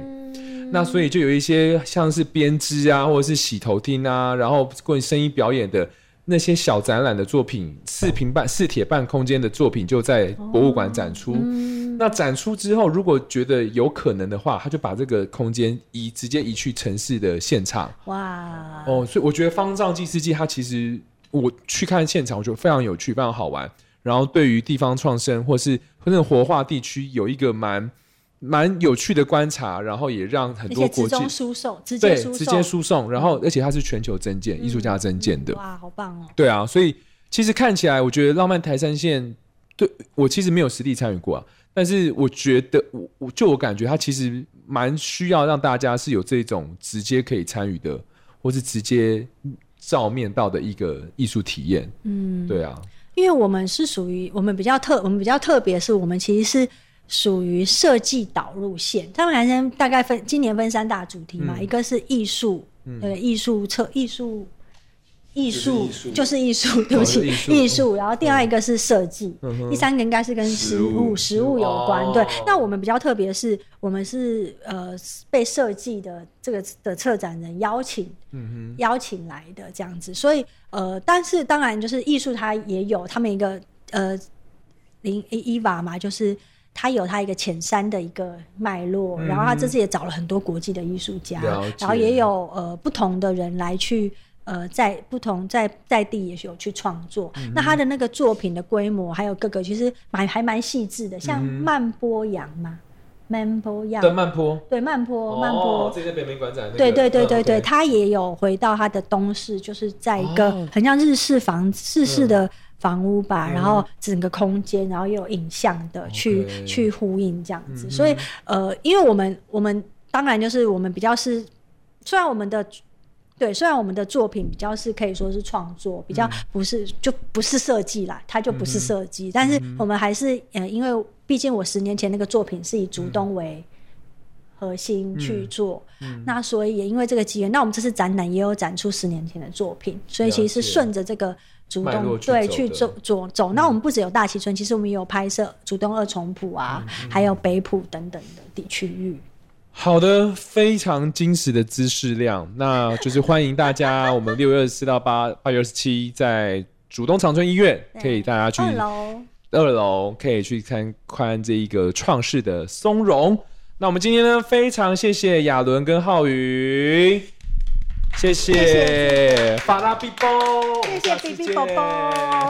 A: 那所以就有一些像是编织啊，或者是洗头厅啊，然后关于声音表演的那些小展览的作品，四平半四铁半空间的作品就在博物馆展出。
B: 嗯
A: 那展出之后，如果觉得有可能的话，他就把这个空间移直接移去城市的现场。
B: 哇，
A: 哦，所以我觉得方丈祭司记它其实我去看现场，我觉得非常有趣，非常好玩。然后对于地方创生或是或者活化地区，有一个蛮蛮有趣的观察，然后也让很
B: 而
A: 多
B: 且
A: 国
B: 直
A: 际
B: 中输送，直
A: 对
B: 接输
A: 直接
B: 送，
A: 输送，然后而且它是全球增建，
B: 嗯
A: 艺术家增建的，
B: 哇，好棒哦！
A: 对啊，所以其实看起来，我觉得浪漫台山线对我其实没有实地参与过啊，但是我觉得我我就我感觉它其实蛮需要让大家是有这种直接可以参与的，或是直接照面到的一个艺术体验。
B: 嗯，
A: 对啊，
B: 因为我们是属于我们比较特，我们比较特别，是我们其实是属于设计导入线。他们还是大概分今年分三大主题嘛，
A: 嗯
B: 一个是艺术，呃，艺术策艺术。艺术
C: 就是艺术
B: 就是艺术，对不起
A: 是艺，术
B: 艺术。然后第二一个是设计，第三个应该是跟
C: 食
B: 食物
C: 物
B: 食物有关。
A: 哦
B: 对，那我们比较特别是，我们是呃被设计的这个的策展人邀请，
A: 嗯
B: 邀请来的这样子，所以呃，但是当然就是艺术，它也有他们一个呃林伊娃嘛，就是他有他一个前三的一个脉络，然后他这次也找了很多国际的艺术家
A: 嗯了解，
B: 然后也有呃不同的人来去。呃，在不同在在地也是有去创作，
A: 嗯
B: 那他的那个作品的规模还有各个其实蛮还蛮细致的，像
A: 嗯
B: 曼波扬嘛，曼波扬
A: 哼，的慢坡，
B: 对曼波曼波，
A: 这些北美馆展、那个
B: 对对对对
A: 嗯
B: 对，
A: ，OK
B: 他也有回到他的东市，就是在一个
A: 哦
B: 很像日式房日式的房屋吧，
A: 嗯
B: 然后整个空间，然后又有影像的去
A: OK
B: 去呼应这样子。
A: 嗯
B: 所以呃，因为我们我们当然就是我们比较是，虽然我们的。对，虽然我们的作品比较是可以说是创作，比较不是、就不是设计啦，它就不
A: 嗯
B: 是
A: 嗯哼
B: 设计，但是我们还是呃，因为毕竟我十年前那个作品是以竹东为、核心
A: 嗯
B: 去做。那所以也因为这个机缘，那我们这次展览也有展出十年前的作品，所以其实
A: 了解
B: 是顺着这个主
A: 脉络
B: 动
A: 去
B: 对
A: 走
B: 去
A: 的嗯
B: 走走走。那我们不只有大崎村，其实我们也有拍摄主动二重埔
A: 嗯
B: 啊，还有北埔等等的地区域。
A: 好的，非常惊喜的知识量，那就是欢迎大家，我们六月二十四到八八月二十七在主东长春医院，可以大家去
B: 二楼，
A: 二楼可以去参观这一个创世的松茸。那我们今天呢，非常谢谢亚伦跟浩宇，谢
B: 谢
A: 谢法拉比波，我们
B: 谢谢
A: 下次
B: B B
A: 见
B: 宝宝。